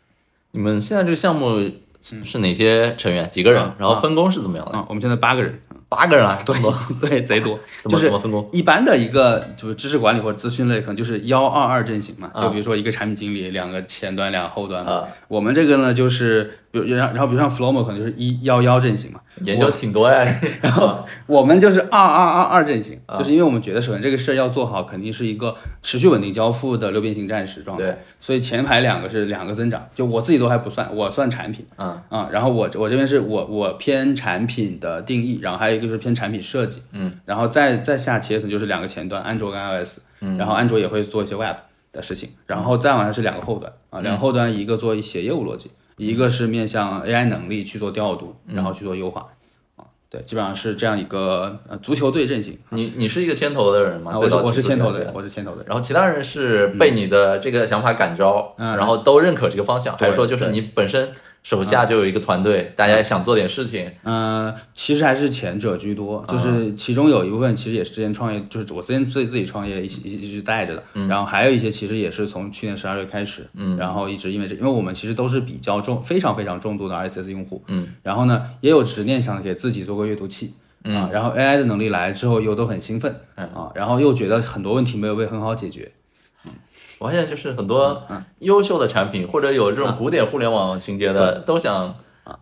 Speaker 1: 你们现在这个项目是哪些成员？几个人？
Speaker 2: 嗯
Speaker 1: 然后分工是怎么样的？
Speaker 2: 啊，我们现在八 个人，
Speaker 1: 八个人 啊，这么多，
Speaker 2: 对，贼多。
Speaker 1: 怎
Speaker 2: 就
Speaker 1: 么
Speaker 2: 是
Speaker 1: 怎么分工？
Speaker 2: 一般的一个就是知识管理或者资讯类，可能就是幺二二阵型嘛，就比如说一个产品经理，两个前端，两个后端嘛
Speaker 1: 啊。
Speaker 2: 我们这个呢，就是比如然后然后比如像 Flomo 可能就是一幺幺阵型嘛，
Speaker 1: 研究挺多哎呀。
Speaker 2: 然后我们就是二二二二阵型，就是因为我们觉得首先这个事儿要做好，肯定是一个持续稳定交付的六边形战士状
Speaker 1: 对
Speaker 2: 态，所以前排两个是两个增长，就我自己都还不算，我算产品，
Speaker 1: 嗯
Speaker 2: 啊，然后我我这边是我我偏产品的定义，然后还有一个就是偏产品设计，嗯，然后再再下切层就是两个前端，安卓跟 iOS，嗯，然后安卓也会做一些 Web 的事情，然后再往下是两个后端啊，两个后端一个做一些业务逻辑，一个是面向 AI 能力去做调度，然后去做优化。啊对，基本上是这样一个呃足球队阵型。
Speaker 1: 你你是一个牵头的人吗？
Speaker 2: 啊，我
Speaker 1: 最
Speaker 2: 是
Speaker 1: 早
Speaker 2: 我是
Speaker 1: 提出
Speaker 2: 牵
Speaker 1: 这个
Speaker 2: 头的
Speaker 1: idea
Speaker 2: 人，我是牵头的人。
Speaker 1: 然后其他人是被
Speaker 2: 嗯
Speaker 1: 你的这个想法感召，然后都认可这个方向，还是说就是你本身手下就有一个团队，大家想做点事情，
Speaker 2: 嗯、其实还是前者居多，
Speaker 1: 啊
Speaker 2: 就是其中有一部分其实也是之前创业，就是我之前自己自己创业一起一起一直带着的，
Speaker 1: 嗯
Speaker 2: 然后还有一些其实也是从去年十二月开始，嗯，然后一直因为这，因为我们其实都是比较重非常非常重度的 RSS 用户，嗯，然后呢也有执念想给自己做个阅读器。
Speaker 1: 嗯
Speaker 2: 啊，然后 AI 的能力来之后，又都很兴奋，啊，然后又觉得很多问题没有被很好解决，
Speaker 1: 我发现就是很多
Speaker 2: 嗯
Speaker 1: 优秀的产品或者有这种古典互联网情节的，都想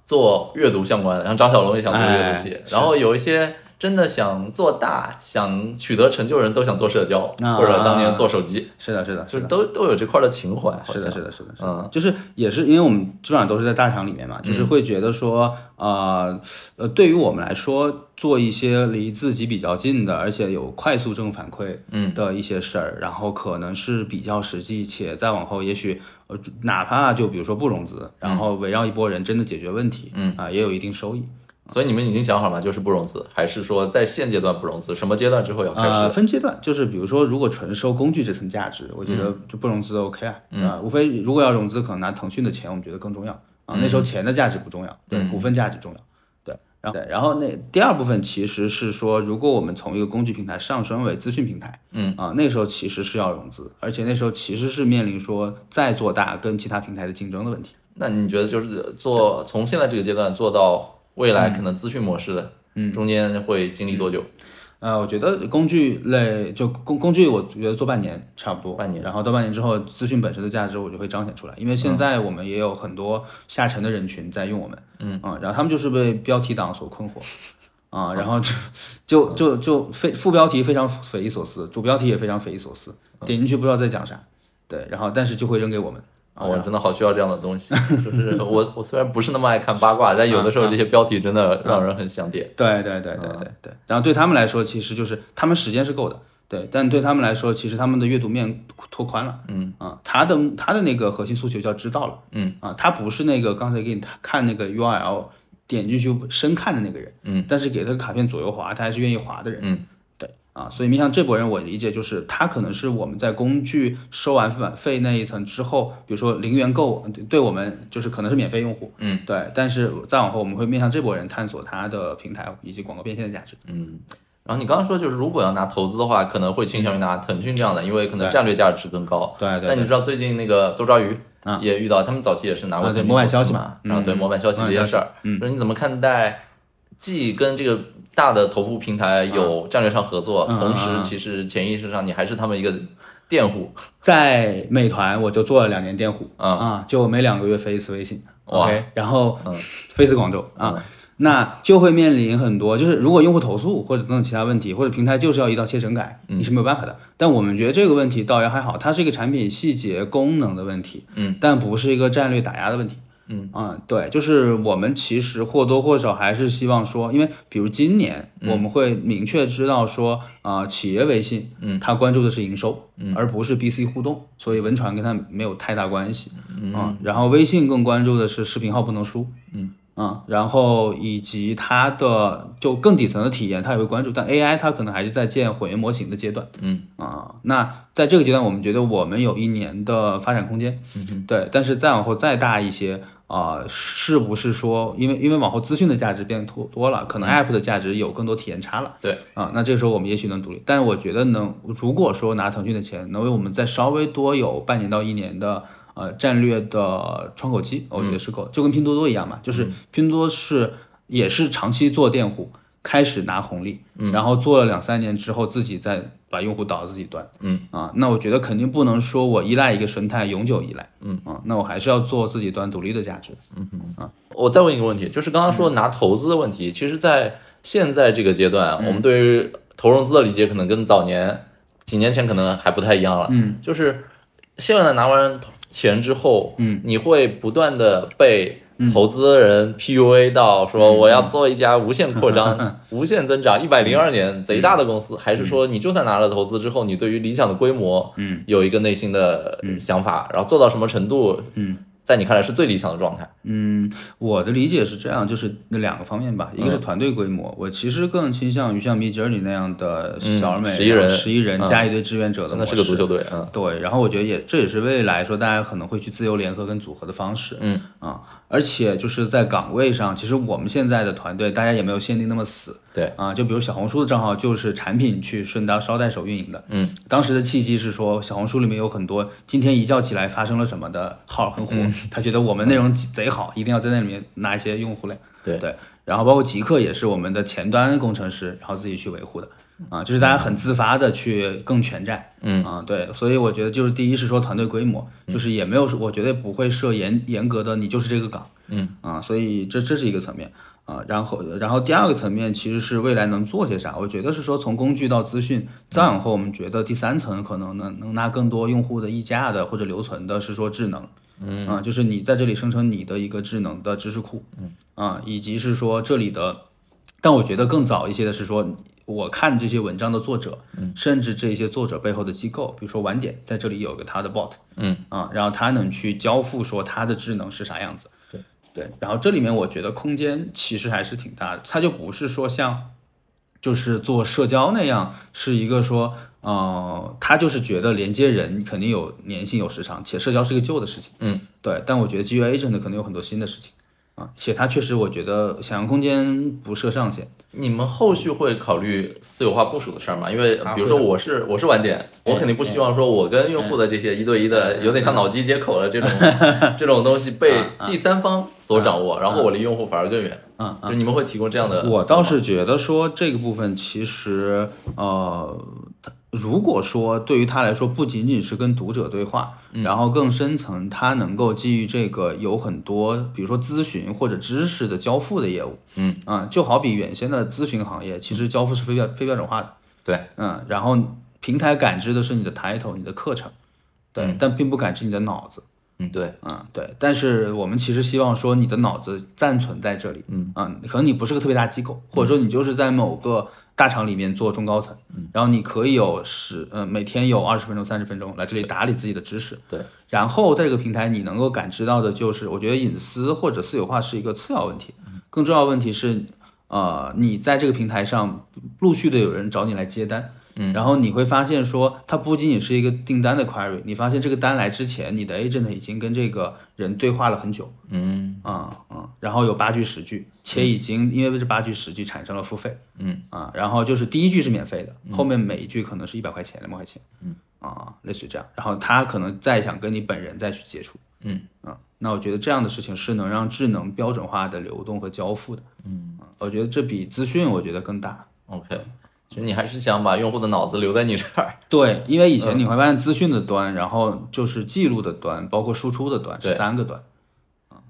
Speaker 1: 做阅读相关的，像张小龙也想做阅读器
Speaker 2: 嗯哎，
Speaker 1: 然后有一些真的想做大、想取得成就的人都想做社交，
Speaker 2: 啊
Speaker 1: 或者当年做手机，
Speaker 2: 是的，是的，
Speaker 1: 就是是
Speaker 2: 的。
Speaker 1: 都都有这块的情怀。好
Speaker 2: 是的，
Speaker 1: 像
Speaker 2: 是的，是的，是的
Speaker 1: 嗯
Speaker 2: 就是也是因为我们基本上都是在大厂里面嘛，就是会觉得说，呃，呃，对于我们来说，做一些离自己比较近的，而且有快速正反馈，嗯的一些事儿，然后可能是比较实际，且再往后也许，呃，哪怕就比如说不融资，然后围绕一波人真的解决问题，嗯啊、也有一定收益。
Speaker 1: 所以你们已经想好了吗？就是不融资，还是说在现阶段不融资？什么阶段之后要开始？
Speaker 2: 呃，分阶段，就是比如说，如果纯收工具这层价值，我觉
Speaker 1: 嗯
Speaker 2: 得就不融资 OK 啊，啊，无非如果要融资，可能拿腾讯的钱，我们觉得更重要啊。那时候
Speaker 1: 嗯
Speaker 2: 钱的价值不重要，对，股份价值重要，对。然后，对然后那第二部分其实是说，如果我们从一个工具平台上升为资讯平台，嗯啊，那时候其实是要融资，而且那时候其实是面临说再做大跟其他平台的竞争的问题。
Speaker 1: 那你觉得就是做从现在这个阶段做到未来可能资讯模式的，嗯，中间会经历多久？啊
Speaker 2: 呃，我觉得工具类就工工具，我觉得做半年差不多，
Speaker 1: 半年嗯
Speaker 2: 然后到半年之后，资讯本身的价值我就会彰显出来，因为现在我们也有很多下沉的人群在用我们，嗯啊、然后他们就是被标题党所 困惑，啊、然后就就就就非副标题非常匪夷所思，主标题也非常匪夷所思，
Speaker 1: 嗯
Speaker 2: 点进去不知道在讲啥，对，然后但是就会扔给我们，
Speaker 1: 啊，我真的好需要这样的东 西。就是我，我虽然不是啊那么爱看八卦，但有的时候这些标题真的让人很想点。
Speaker 2: 对对对对对对。然后对他们来说，其实就是他们时间是够的，对，但对他们来说，其实他们的阅读面拓宽了，嗯啊，他的他的那个核心诉求叫知道了，嗯啊，他不是那个刚才给你看那个 URL 点进去深看的那个人，嗯，但是给他卡片左右滑，他还是愿意滑的人，嗯。对啊，所以面向这波人，我理解就是他可能是我们在工具收完返费那一层之后，比如说零元购，对对我们就是可能是免费用户，嗯，对，但是再往后我们会面向这波人探索他的平台以及广告变现的价值，
Speaker 1: 然后你刚刚说，就是如果要拿投资的话，可能会倾向于拿腾讯这样的，因为可能战略价值更高。
Speaker 2: 哦对哎对啊
Speaker 1: 但你知道最近那个多抓鱼也遇到，他们早期也是拿过
Speaker 2: 啊对
Speaker 1: 腾讯
Speaker 2: 模板
Speaker 1: 投资
Speaker 2: 消息
Speaker 1: 嘛
Speaker 2: 嘛，
Speaker 1: 然后对
Speaker 2: 嗯
Speaker 1: 模板消息
Speaker 2: 模
Speaker 1: 这
Speaker 2: 板
Speaker 1: 些
Speaker 2: 消嗯
Speaker 1: 事儿，就是你怎么看待既跟这个大的头部平台有战略上合作，
Speaker 2: 啊嗯嗯
Speaker 1: 同时
Speaker 2: 嗯
Speaker 1: 其实潜意识上你还是他们一个佃户，
Speaker 2: 在美团我就做了两年佃户
Speaker 1: 啊
Speaker 2: 啊，就每两个月飞一次微信
Speaker 1: 哇
Speaker 2: ，OK，然后飞一次广州啊，那就会面临很多，就是如果用户投诉或者等等其他问题，或者平台就是要一刀切整改，你是没有办法的。但我们觉得这个问题倒也还好，它是一个产品细节功能的问题，嗯，但不是一个战略打压的问题。嗯对，就是我们其实或多或少还是希望说，因为比如今年我们会明确知道说，啊、企业微信，嗯，它关注的是营收，嗯，而不是 BC 互动，所以文啊传跟它没有太大关系，嗯，然后微信更关注的是视频号不能输，嗯，嗯，然后以及它的就更底层的体验，它也会关注，但 AI 它可能还是在建混元模型的阶段，
Speaker 4: 嗯
Speaker 2: 啊、那在这个阶段，我们觉得我们有一年的发展空间，嗯对，但是再往后再大一些啊、是不是说，因为因为往后资讯的价值变多多了，可能 App 的价值有更多体验差了，
Speaker 4: 对
Speaker 2: 啊、那这个时候我们也许能独立，但是我觉得能，如果说拿腾讯的钱，能为我们再稍微多有半年到一年的。呃战略的窗口期，我觉
Speaker 4: 嗯
Speaker 2: 得是够的，就跟拼多多一样嘛，就是拼多多是也是长期做佃户，开始拿红利，
Speaker 4: 嗯
Speaker 2: 然后做了两三年之后，自己再把用户导到自己端，
Speaker 4: 嗯
Speaker 2: 啊，那我觉得肯定不能说我依赖一个生态永久依赖，
Speaker 4: 嗯
Speaker 2: 啊，那我还是要做自己端独立的价值，啊
Speaker 1: 我再问一个问题，就是刚刚说
Speaker 2: 嗯
Speaker 1: 拿投资的问题，其实，在现在这个阶段，
Speaker 2: 嗯
Speaker 1: 我们对于投融资的理解可能跟早年几年前可能还不太一样了。
Speaker 2: 嗯，
Speaker 1: 就是现在拿完钱之后，
Speaker 2: 嗯，
Speaker 1: 你会不断的被投资人 PUA 到说
Speaker 2: 嗯
Speaker 1: 我要做一家无限扩张、 无限增长、一百零二
Speaker 2: 嗯
Speaker 1: 年贼大的公司，还是说你就算拿了投资之后，你对于理想的规模，
Speaker 2: 嗯，
Speaker 1: 有一个内心的想法，然后做到什么程度，
Speaker 2: 嗯，
Speaker 1: 在你看来是最理想的状态？
Speaker 2: 嗯，我的理解是这样，就是那两个方面吧，一
Speaker 1: 嗯
Speaker 2: 个是团队规模，我其实更倾向于像 Mid Journey 那样的小而美，
Speaker 1: 11人
Speaker 2: 十一人
Speaker 1: 嗯
Speaker 2: 加一堆志愿者的
Speaker 1: 那
Speaker 2: 模
Speaker 1: 是
Speaker 2: 式，
Speaker 1: 个足球队，嗯。
Speaker 2: 对，然后我觉得也这也是未来说大家可能会去自由联合跟组合的方式，
Speaker 1: 嗯
Speaker 2: 啊，而且就是在岗位上，其实我们现在的团队大家也没有限定那么死，
Speaker 1: 对
Speaker 2: 啊，就比如小红书的账号就是产品去顺道捎带手运营的，
Speaker 1: 嗯，
Speaker 2: 当时的契机是说小红书里面有很多今天一觉起来发生了什么的号很火，
Speaker 1: 嗯
Speaker 2: 他觉得我们内容贼好，一定要在那里面拿一些用户量，
Speaker 1: 对
Speaker 2: 对，然后包括极客也是我们的前端工程师，然后自己去维护的。
Speaker 1: 嗯
Speaker 2: 啊，就是大家很自发的去更全站，嗯啊，对，所以我觉得就是第一是说团队规模，就是也没有，我觉得不会设严严格的，你就是这个岗，嗯啊，所以这这是一个层面啊，然后然后第二个层面其实是未来能做些啥，我觉得是说从工具到资讯，再往后我们觉得第三层可能能能拿更多用户的溢价的或者留存的是说智能，嗯啊，就是你在这里生成你的一个智能的知识库，嗯啊，以及是说这里的。但我觉得更早一些的是说，我看这些文章的作者，
Speaker 1: 嗯
Speaker 2: 甚至这些作者背后的机构，比如说晚点在这里有个他的 bot，
Speaker 1: 嗯
Speaker 2: 啊，然后他能去交付说他的智能是啥样子，对对，然后这里面我觉得空间其实还是挺大的，它就不是说像就是做社交那样，是一个说，呃，他就是觉得连接人肯定有粘性有时长，且社交是个旧的事情，
Speaker 1: 嗯，
Speaker 2: 对，但我觉得基于 agent 可能有很多新的事情。啊，且它确实，我觉得想象空间不设上限，
Speaker 1: 你们后续会考虑私有化部署的事儿吗？因为比如
Speaker 2: 啊会
Speaker 1: 说
Speaker 2: 的嗯
Speaker 1: 我是我是晚点，我肯定不希望说我跟用户的这些一对一的，有点像脑机接口的这 种这种东西被
Speaker 2: 啊
Speaker 1: 第三方所掌握，然后我离用户反而更远。
Speaker 2: 嗯，
Speaker 1: 就你们会提供这样的，
Speaker 2: 我倒是觉得说这个部分其实呃，它如果说对于他来说不仅仅是跟读者对话，
Speaker 1: 嗯
Speaker 2: 然后更深层，他能够基于这个有很多，比如说咨询或者知识的交付的业务，
Speaker 1: 嗯
Speaker 2: 啊，就好比原先的咨询行业，其实交付是非标非标准化的，
Speaker 1: 对，
Speaker 2: 嗯，然后平台感知的是你的 title、你的课程，对，但并不感知你的脑子。
Speaker 1: 嗯对，
Speaker 2: 嗯，对，但是我们其实希望说你的脑子暂存在这里，嗯可能你不是个特别大机构，或者说你就是在某个大厂里面做中高层，然后你可以有十呃每天有二十分钟、三十分钟来这里打理自己的知识，
Speaker 1: 对，
Speaker 2: 然后在这个平台你能够感知到的就是，我觉得隐私或者私有化是一个次要问题，更重要的问题是，呃，你在这个平台上陆续的有人找你来接单。
Speaker 1: 嗯
Speaker 2: 然后你会发现说，它不仅仅是一个订单的 query，你发现这个单来之前，你的 agent 已经跟这个人对话了很久，
Speaker 1: 嗯
Speaker 2: 啊、嗯、然后有八句十句，且已经因为这八句十句产生了付费，
Speaker 1: 嗯
Speaker 2: 啊、然后就是第一句是免费的，后面每一句可能是一百块钱、两百块钱，嗯啊、类似于这样，然后他可能再想跟你本人再去接触，
Speaker 1: 嗯
Speaker 2: 啊、那我觉得这样的事情是能让智能标准化的流动和交付的，嗯，我觉得这比资讯我觉得更大，
Speaker 1: ，OK，其实你还是想把用户的脑子留在你这儿，
Speaker 2: 对，因为以前你会发现资讯的端，然后就是记录的端，包括输出的端是
Speaker 1: 对
Speaker 2: 三个端。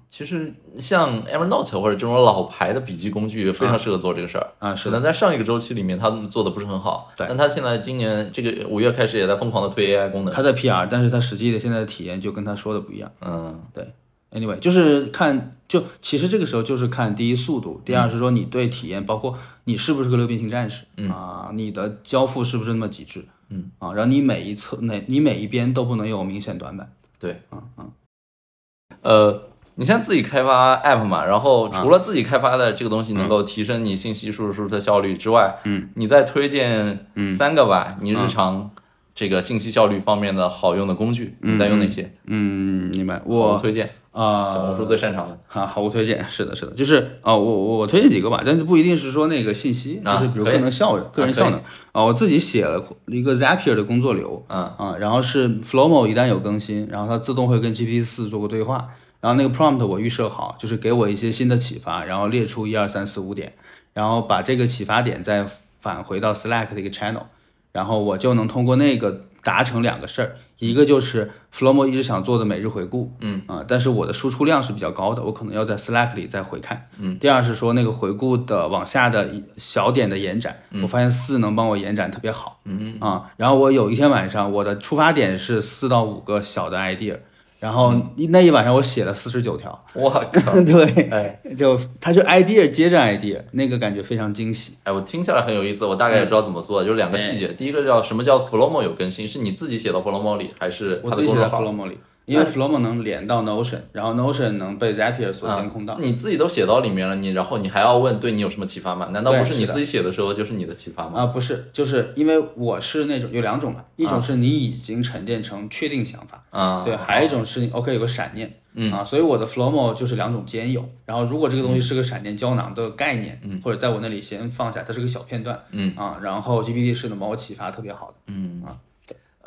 Speaker 1: 其实像 Evernote 或者这种老牌的笔记工具，非常适合做这个事儿
Speaker 2: 啊是
Speaker 1: 可能在上一个周期里面，它做的不是很好。
Speaker 2: 对
Speaker 1: 但它现在今年这个五月开始也在疯狂的推 AI 功能。
Speaker 2: 它在 PR，但是它实际的现在的体验就跟他说的不一样。
Speaker 1: 嗯，
Speaker 2: Anyway，就是看，就其实这个时候就是看第一速度，第二是说你对体验，包括你是不是个流变型战士，啊，你的交付是不是那么极致，嗯啊，然后你每一侧，每你每一边都不能有明显短板。
Speaker 1: 对，呃，你先自己开发 app 嘛，然后
Speaker 2: 啊
Speaker 1: 除了自己开发的这个东西能够提升你信息输入输出的效率之外，
Speaker 2: 嗯，
Speaker 1: 你再推荐三个吧，你日常这个信息效率方面的好用的工具，你在用哪些？
Speaker 2: 嗯，明白。
Speaker 1: 好
Speaker 2: 我
Speaker 1: 推荐，
Speaker 2: 啊，
Speaker 1: 小红书最擅长的。
Speaker 2: 啊，毫无推荐，是的，是的，就是啊、我我我推荐几个吧，但是不一定是说那个信息，
Speaker 1: 啊
Speaker 2: 就是比如
Speaker 1: 可以
Speaker 2: 个人效能、个人
Speaker 1: 可以
Speaker 2: 效能啊，我自己写了一个 Zapier 的工作流，
Speaker 1: 嗯
Speaker 2: 啊，然后是 Flowmo 一旦有更新，然后它自动会跟 GPT 四做个对话，然后那个 prompt 我预设好，就是给我一些新的启发，然后列出一二三四五点，然后把这个启发点再返回到 Slack 的一个 channel，然后我就能通过那个达成两个事儿，一个就是 Flowmo 一直想做的每日回顾，嗯啊、但是我的输出量是比较高的，我可能要在 Slack 里再回看，嗯。第二是说那个回顾的往下的一小点的延展，我发现四能帮我延展特别好，嗯啊、然后我有一天晚上我的出发点是四到五个小的 idea。然后那一晚上我写了四十九条，
Speaker 1: 我靠！
Speaker 2: 对，
Speaker 1: 哎
Speaker 2: 就它就 idea 接着 idea，那个感觉非常惊喜。
Speaker 1: 哎，我听下来很有意思，我大
Speaker 2: 嗯
Speaker 1: 概也知道怎么做，就是两个
Speaker 2: 哎
Speaker 1: 细节。第一个叫什么叫 Flowmo 有更新，是你自己写到 Flowmo 里，还是
Speaker 2: 我
Speaker 1: 它
Speaker 2: 自
Speaker 1: 的
Speaker 2: 己
Speaker 1: 公
Speaker 2: 写在
Speaker 1: 众号？
Speaker 2: Flowmo 里，因为
Speaker 1: 嗯
Speaker 2: Flowmo 能连到 Notion，然后 Notion 能被 Zapier 所监控到
Speaker 1: 啊。你自己都写到里面了，你然后你还要问对你有什么启发吗？难道不
Speaker 2: 对
Speaker 1: 是
Speaker 2: 是
Speaker 1: 你
Speaker 2: 的
Speaker 1: 自己写的时候就是你的启发吗？
Speaker 2: 啊，不是，就是因为我是那种有两种嘛，一
Speaker 1: 嗯
Speaker 2: 种是你已经沉淀成确定想法，
Speaker 1: 啊，
Speaker 2: 对，还有一种是你 OK 有个闪念，嗯啊，所以我的 Flowmo 就是两种兼有。然后如果这个东西是个闪电胶囊的概念，嗯，或者在我那里先放下，它是个小片段，嗯啊，然后 GPT 是能帮我启发特别好的，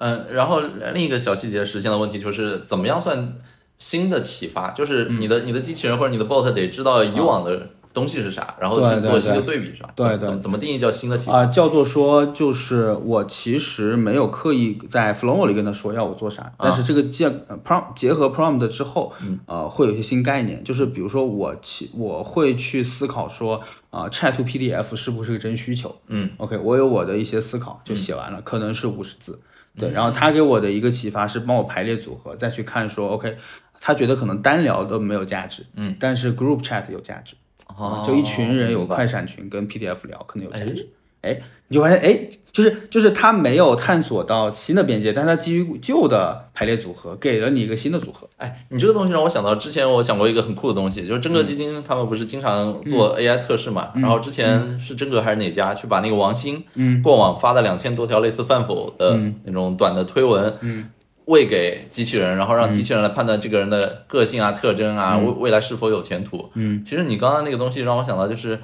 Speaker 1: 嗯，然后另一个小细节实现的问题就是，怎么样算新的启发？就是
Speaker 2: 嗯
Speaker 1: 你的、你的机器人或者你的 bot 得知道以往的东西是啥，然后
Speaker 2: 对
Speaker 1: 去
Speaker 2: 对
Speaker 1: 做新的
Speaker 2: 对
Speaker 1: 对比，是吧？
Speaker 2: 对
Speaker 1: 怎么
Speaker 2: 对
Speaker 1: 怎么怎么定义叫新的启发？
Speaker 2: 啊、叫做说，就是我其实没有刻意在 Flow 里跟他说要我做
Speaker 1: 啊
Speaker 2: 啥，但是这个结呃 prom 结合 prompt 之后，
Speaker 1: 嗯
Speaker 2: 呃，会有一些新概念，就是比如说我其我会去思考说，啊、c h a t to PDF 是不是个真需求？
Speaker 1: 嗯
Speaker 2: ，OK，我有我的一些思考，就写完了，可能是五十字。
Speaker 1: 嗯
Speaker 2: 对，然后他给我的一个启发是帮我排列组合，再去看说，OK，他觉得可能单聊都没有价值，嗯，但是 group chat 有价值，
Speaker 1: 哦
Speaker 2: 啊就一群人有
Speaker 1: 明白
Speaker 2: 快闪群跟 PDF 聊，可能有价值。哎，你就发现，哎，就是就是他没有探索到新的边界，但他基于旧的排列组合，给了你一个新的组合。
Speaker 1: 哎，你这个东西让我想到之前我想过一个很酷的东西，就是真格基金他们不是经常做 AI 测试嘛，然后之前是真格还是哪家去把那个王兴过往发的两千多条类似饭否的那种短的推文，喂给机器人，然后让机器人来判断这个人的个性啊、特征啊，未未来是否有前途。嗯，其实你刚刚那个东西让我想到就是。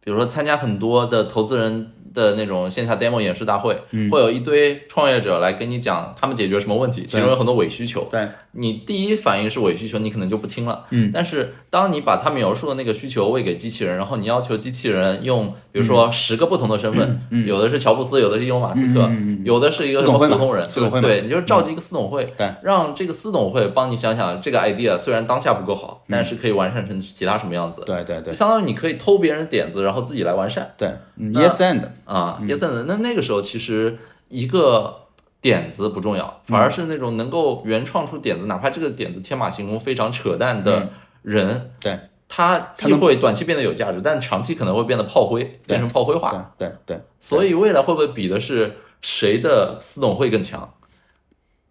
Speaker 1: 比如说参加很多的投资人的那种线下 demo 演示大会，会有一堆创业者来跟你讲他们解决什么问题，其中有很多伪需求。
Speaker 2: 对，
Speaker 1: 你第一反应是伪需求，你可能就不听了。嗯，但是当你把他描述的那个需求喂给机器人，然后你要求机器人用，比如
Speaker 2: 嗯
Speaker 1: 说十个不同的身份，有的是乔布斯，有的是伊隆马斯克，
Speaker 2: 嗯
Speaker 1: 有的是一个
Speaker 2: 私
Speaker 1: 什
Speaker 2: 董
Speaker 1: 么
Speaker 2: 会
Speaker 1: 普
Speaker 2: 嘛
Speaker 1: 通人，
Speaker 2: 私董会嘛嗯
Speaker 1: 对，你就召集一个私董会，
Speaker 2: 对
Speaker 1: 让这个私董会帮你想想这个 idea 虽然当下不够好，但是可以完善成其他什么样子。
Speaker 2: 对嗯对
Speaker 1: 就
Speaker 2: 对
Speaker 1: 相当于你可以偷别人的点子，然后自己来完善
Speaker 2: 对、嗯、，Yes and
Speaker 1: 啊。也怎的？那那个时候其实一个点子不重要，
Speaker 2: 嗯
Speaker 1: 反而是那种能够原创出点子，哪怕这个点子天马行空、非常扯淡的人，
Speaker 2: 嗯对
Speaker 1: 他既会短期变得有价值，但长期可能会变得炮灰，变成炮灰
Speaker 2: 对
Speaker 1: 化。
Speaker 2: 对对，
Speaker 1: 所以未来会不会比的是谁的私董会更强？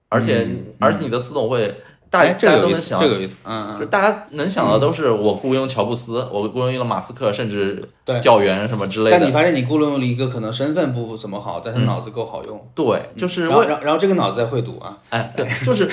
Speaker 1: 而且、而且你的私董会，大、
Speaker 2: 嗯哎，这
Speaker 1: 大家都
Speaker 2: 个有意
Speaker 1: 能
Speaker 2: 思，
Speaker 1: 想，
Speaker 2: 这个有意思，嗯
Speaker 1: 就
Speaker 2: 嗯，
Speaker 1: 大家能想到都是我雇佣乔布斯，我雇佣伊隆马斯克，甚至
Speaker 2: 嗯对
Speaker 1: 教员什么之类
Speaker 2: 但你
Speaker 1: 的。
Speaker 2: 发现你雇佣了一个可能身份不怎么好，但是脑子够好用，
Speaker 1: 对，就是
Speaker 2: 然后
Speaker 1: 为
Speaker 2: 然后然后这个脑子在会读啊，
Speaker 1: 哎，对， 就是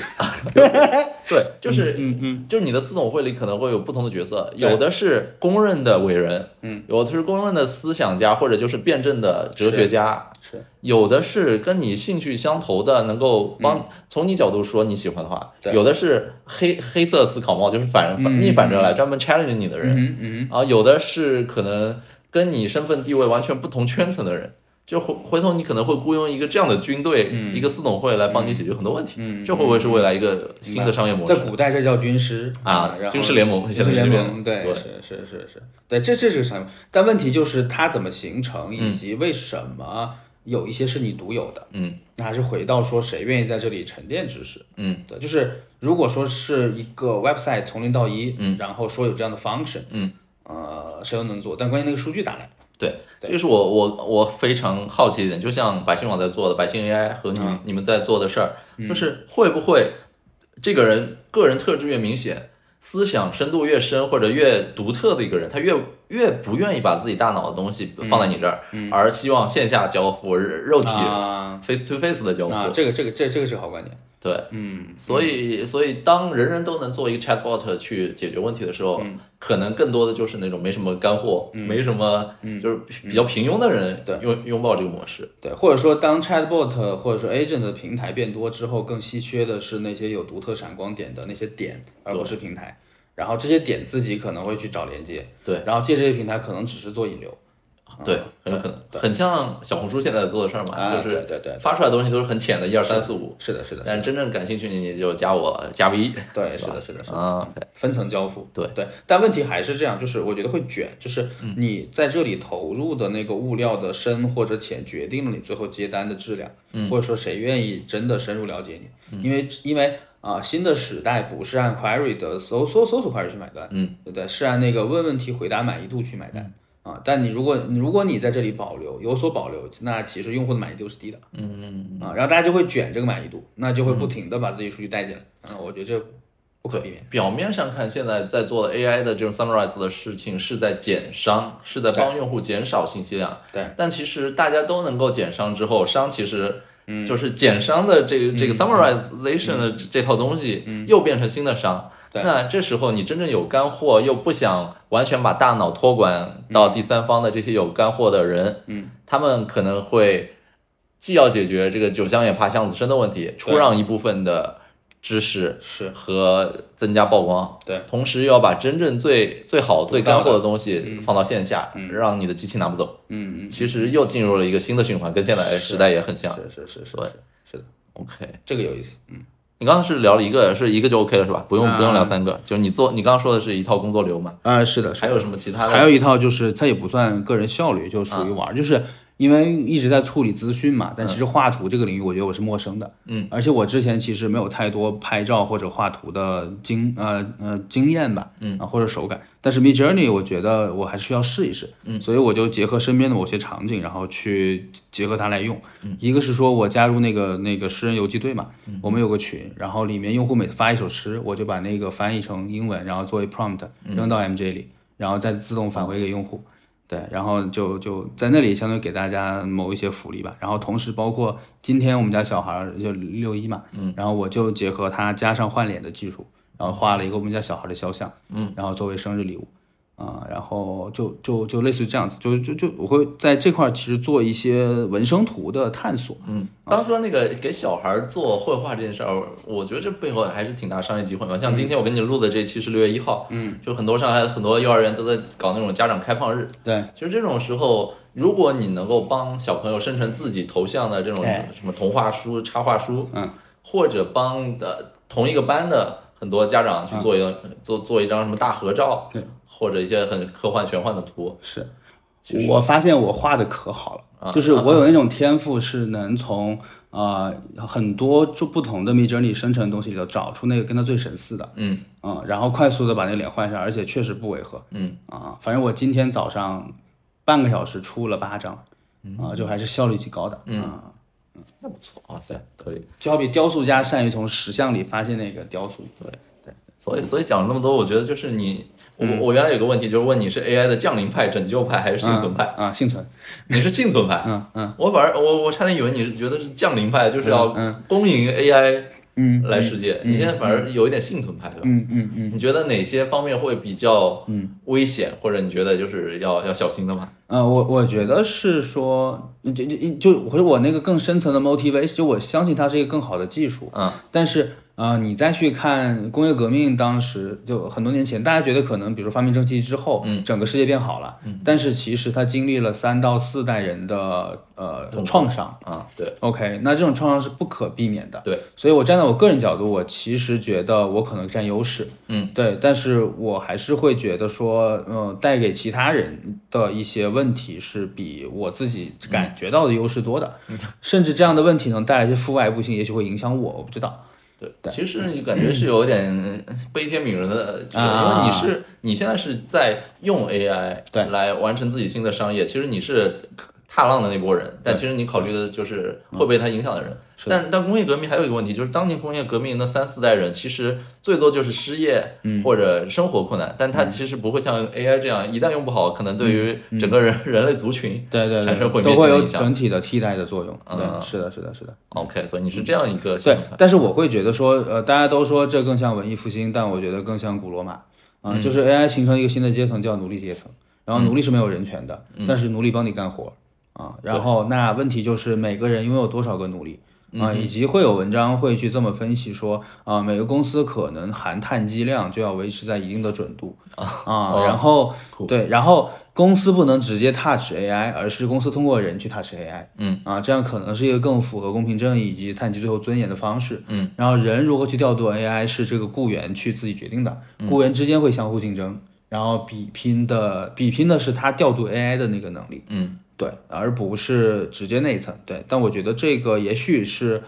Speaker 1: 对，就是嗯嗯，就是你的私董会里可能会有不同的角色，有的是公认的伟人，
Speaker 2: 嗯，
Speaker 1: 有的是公认的思想家或者就是辩证的哲学家，
Speaker 2: 是嗯
Speaker 1: 有的是跟你兴趣相投的，能够帮、从你角度说你喜欢的话，有的是黑黑色思考帽，就是反反逆反着来，专门 challenge 你的人，
Speaker 2: 嗯嗯，
Speaker 1: 啊，有的是可能跟你身份地位完全不同圈层的人，就回回头你可能会雇佣一个这样的军队，
Speaker 2: 嗯
Speaker 1: 一个私董会来帮你解决很多问题，这会不会是未来一个新的商业模式
Speaker 2: 在？古代这叫军师
Speaker 1: 啊
Speaker 2: 然后
Speaker 1: 军事联盟
Speaker 2: 军事联
Speaker 1: 现在这
Speaker 2: 盟，
Speaker 1: 边
Speaker 2: 对，
Speaker 1: 对
Speaker 2: 是是是是，对，这这是个什么？但问题就是它怎么形成，以及为什么有一些是你独有的，
Speaker 1: 嗯，
Speaker 2: 那还是回到说谁愿意在这里沉淀知识，
Speaker 1: 嗯，
Speaker 2: 对，就是如果说是一个 website 从零到一，
Speaker 1: 嗯
Speaker 2: 然后说有这样的 function，
Speaker 1: 嗯，
Speaker 2: 呃，谁又能做？但关键那个数据打来，
Speaker 1: 对，
Speaker 2: 对
Speaker 1: 这个是我我我非常好奇的一点，就像百姓网在做的，百姓 AI 和你
Speaker 2: 啊
Speaker 1: 们、
Speaker 2: 嗯
Speaker 1: 你们在做的事儿，就是会不会这个人个人特质越明显，思想深度越深或者越独特的一个人，他越越不愿意把自己大脑的东西放在你这儿，而希望线下交付、肉体、
Speaker 2: 嗯啊
Speaker 1: face to face 的交付。
Speaker 2: 啊，这个这个这这个是好观点，
Speaker 1: 对，
Speaker 2: 嗯，
Speaker 1: 所以所以当人人都能做一个 chatbot 去解决问题的时候，
Speaker 2: 嗯
Speaker 1: 可能更多的就是那种没什么干货，没什么，就是比较平庸的人
Speaker 2: 嗯对
Speaker 1: 拥拥抱这个模式。
Speaker 2: 对，或者说当 chatbot 或者说 agent 的平台变多之后，更稀缺的是那些有独特闪光点的那些点，而不是平台。然后这些点自己可能会去找连接，
Speaker 1: 对，
Speaker 2: 然后借这些平台可能只是做引流，
Speaker 1: 对，很有可能，很像小红书现在做的事儿嘛，
Speaker 2: 啊
Speaker 1: 就是
Speaker 2: 对对对
Speaker 1: 发出来的东西都是很浅的，一二三四五。
Speaker 2: 是的，是的，
Speaker 1: 但是真正感兴趣，你就加我加 V
Speaker 2: 对，是的，是的，是的，
Speaker 1: 啊，
Speaker 2: 分层交付，
Speaker 1: 对
Speaker 2: 对。嗯但问题还是这样，就是我觉得会卷，就是你在这里投入的那个物料的深或者浅，决定了你最后接单的质量，或者说谁愿意真的深入了解你，因为因为。啊，新的时代不是按 query 的搜搜搜索 query 去买单，嗯，对不对？是按那个问问题回答满意度去买单、啊。但你如果如果你在这里保留有所保留，那其实用户的满意度是低的，嗯啊，然后大家就会卷这个满意度，那就会不停的把自己数据带进来，啊，我觉得这不可避免。
Speaker 1: 表面上看，现在在做的 AI 的这种 summarize 的事情是在减商，是在帮用户减少信息量。
Speaker 2: 对，
Speaker 1: 但其实大家都能够减商之后，商其实
Speaker 2: 嗯
Speaker 1: 就是减商的这个、这个 summarization 的这这套东西，又变成新的商。
Speaker 2: 嗯对
Speaker 1: 那这时候你真正有干货，又不想完全把大脑托管到第三方的这些有干货的人，
Speaker 2: 嗯，
Speaker 1: 他们可能会既要解决这个酒香也怕巷子深的问题，出让一部分的知识，
Speaker 2: 是
Speaker 1: 和增加曝光，
Speaker 2: 对
Speaker 1: 同时又要把真正最最好、最干货的东西
Speaker 2: 嗯
Speaker 1: 放到线下，
Speaker 2: 嗯
Speaker 1: 让你的机器拿不走。
Speaker 2: 嗯，嗯，
Speaker 1: 其实又进入了一个新的循环，跟现在时代也很像。
Speaker 2: 是是是是
Speaker 1: 对
Speaker 2: 是是的，
Speaker 1: OK，
Speaker 2: 这个有意思，嗯，
Speaker 1: 你刚刚是聊了一个，是一个就 OK 了是吧？不用
Speaker 2: 啊
Speaker 1: 不用聊三个，就你做你刚刚说的是一套工作流嘛？
Speaker 2: 啊，是的，
Speaker 1: 还有什啊么其他的？啊
Speaker 2: 还有一套就是它也不算个人效率，就属于玩儿，就是因为一直在处理资讯嘛，但其实画图这个领域，我觉得我是陌生的，
Speaker 1: 嗯，
Speaker 2: 而且我之前其实没有太多拍照或者画图的经呃呃经验吧，
Speaker 1: 嗯
Speaker 2: 啊或者手感，但是 Mid Journey 我觉得我还是需要试一试，
Speaker 1: 嗯
Speaker 2: 所以我就结合身边的某些场景，然后去结合它来用，
Speaker 1: 嗯
Speaker 2: 一个是说我加入那个那个诗人游击队嘛，我们有个群，然后里面用户每发一首诗，我就把那个翻译成英文，然后作为 prompt
Speaker 1: 嗯
Speaker 2: 扔到 MJ 里，然后再自动返回给用户。对，然后就就在那里相当于给大家某一些福利吧，然后同时包括今天我们家小孩儿就六一嘛，嗯，然后我就结合他加上换脸的技术，然后画了一个我们家小孩的肖像，嗯，然后作为生日礼物，啊、然后就就就类似于这样子，就就就我会在这块儿其实做一些纹身图的探索，
Speaker 1: 嗯，刚说那个给小孩做绘画这件事儿，我觉得这背后还是挺大商业机会嘛。像今天我跟你录的这期是六月一号，嗯，就很多上海很多幼儿园都在搞那种家长开放日，
Speaker 2: 对，
Speaker 1: 其实这种时候，如果你能够帮小朋友生成自己头像的这种
Speaker 2: 哎
Speaker 1: 什么童话书、插画书，
Speaker 2: 嗯，
Speaker 1: 或者帮的同一个班的很多家长去做一个做做一张什么大合照，
Speaker 2: 对，
Speaker 1: 或者一些很科幻玄幻的图，
Speaker 2: 是，我发现我画的可好了，就是我有那种天赋，是能从呃很多就不同的 Mid Journey 生成的东西里头找出那个跟它最神似的，
Speaker 1: 嗯
Speaker 2: 嗯，然后快速的把那个脸换上，而且确实不违和
Speaker 1: 嗯，
Speaker 2: 啊。反正我今天早上半个小时出了八张，啊，就还是效率极高的，嗯，
Speaker 1: 那不错，哇塞，可以。
Speaker 2: 就好比雕塑家善于从石像里发现那个雕塑，对，
Speaker 1: 所以，所以讲了这么多，我觉得就是你，我我原来有个问题，就是问你是 AI 的降临派、拯救派还是幸存派？
Speaker 2: 啊，幸存，
Speaker 1: 你是幸存派，
Speaker 2: 嗯嗯
Speaker 1: 我反而我我差点以为你是觉得是降临派，就是要恭迎 AI
Speaker 2: 嗯
Speaker 1: 来世界。你现在反而有一点幸存派，对吧？
Speaker 2: 嗯嗯嗯。
Speaker 1: 你觉得哪些方面会比较危险，或者你觉得就是要要小心的吗？
Speaker 2: 呃，我我觉得是说，就就就或者我那个更深层的 motivation，就我相信它是一个更好的技术，
Speaker 1: 嗯，
Speaker 2: 但是呃，你再去看工业革命当时就很多年前，大家觉得可能比如说发明蒸汽机之后，嗯，整个世界变好了，嗯，但是其实它经历了三到四代人的呃创伤，
Speaker 1: 啊，对，
Speaker 2: OK，那这种创伤是不可避免的。
Speaker 1: 对，
Speaker 2: 所以我站在我个人角度，我其实觉得我可能占优势。
Speaker 1: 嗯，
Speaker 2: 对，但是我还是会觉得说，呃，带给其他人的一些问题是比我自己
Speaker 1: 嗯
Speaker 2: 感觉到的优势多的， 甚至这样的问题能带来一些负外部性，也许会影响我，我不知道。
Speaker 1: 对，其实你感觉是有点悲天悯人的，这个因为
Speaker 2: 啊
Speaker 1: 你是你现在是在用 AI
Speaker 2: 对
Speaker 1: 来完成自己新的商业，其实你是踏浪的那波人，但其实你考虑的就是会被它影响的人。
Speaker 2: 嗯是的
Speaker 1: 但但工业革命还有一个问题，就是当年工业革命那三四代人，其实最多就是失业
Speaker 2: 嗯
Speaker 1: 或者生活困难，但他其实不会像 AI 这样，一旦用不好，可能对于整个人人类族群
Speaker 2: 嗯对对
Speaker 1: 产生毁
Speaker 2: 对，
Speaker 1: 灭
Speaker 2: 都
Speaker 1: 性
Speaker 2: 会
Speaker 1: 的
Speaker 2: 有
Speaker 1: 影响
Speaker 2: 整。体的替代的作用。对，
Speaker 1: 嗯
Speaker 2: 是的，是的，是的。
Speaker 1: OK，所以你是这样一个
Speaker 2: 对
Speaker 1: 想法，
Speaker 2: 但是我会觉得说，呃，大家都说这更像文艺复兴，但我觉得更像古罗马，啊、
Speaker 1: 嗯
Speaker 2: 就是 AI 形成一个新的阶层叫奴隶阶层，然后奴隶是没有人权的，
Speaker 1: 嗯
Speaker 2: 但是奴隶帮你干活啊、然后那问题就是每个人拥有多少个奴隶
Speaker 1: 嗯
Speaker 2: 啊、以及会有文章会去这么分析说，啊、每个公司可能含碳基量就要维持在一定的准度
Speaker 1: 哦
Speaker 2: 啊、然后对，然后公司不能直接 touch AI，而是公司通过人去 touch AI。嗯啊，这样可能是一个更符合公平正义以及碳基最后尊严的方式。嗯，然后人如何去调度 AI 是这个雇员去自己决定的，雇员之间会相互竞争，然后比拼的比拼的是他调度 AI 的那个能力。嗯，对，而不是直接那一层。对，但我觉得这个也许是。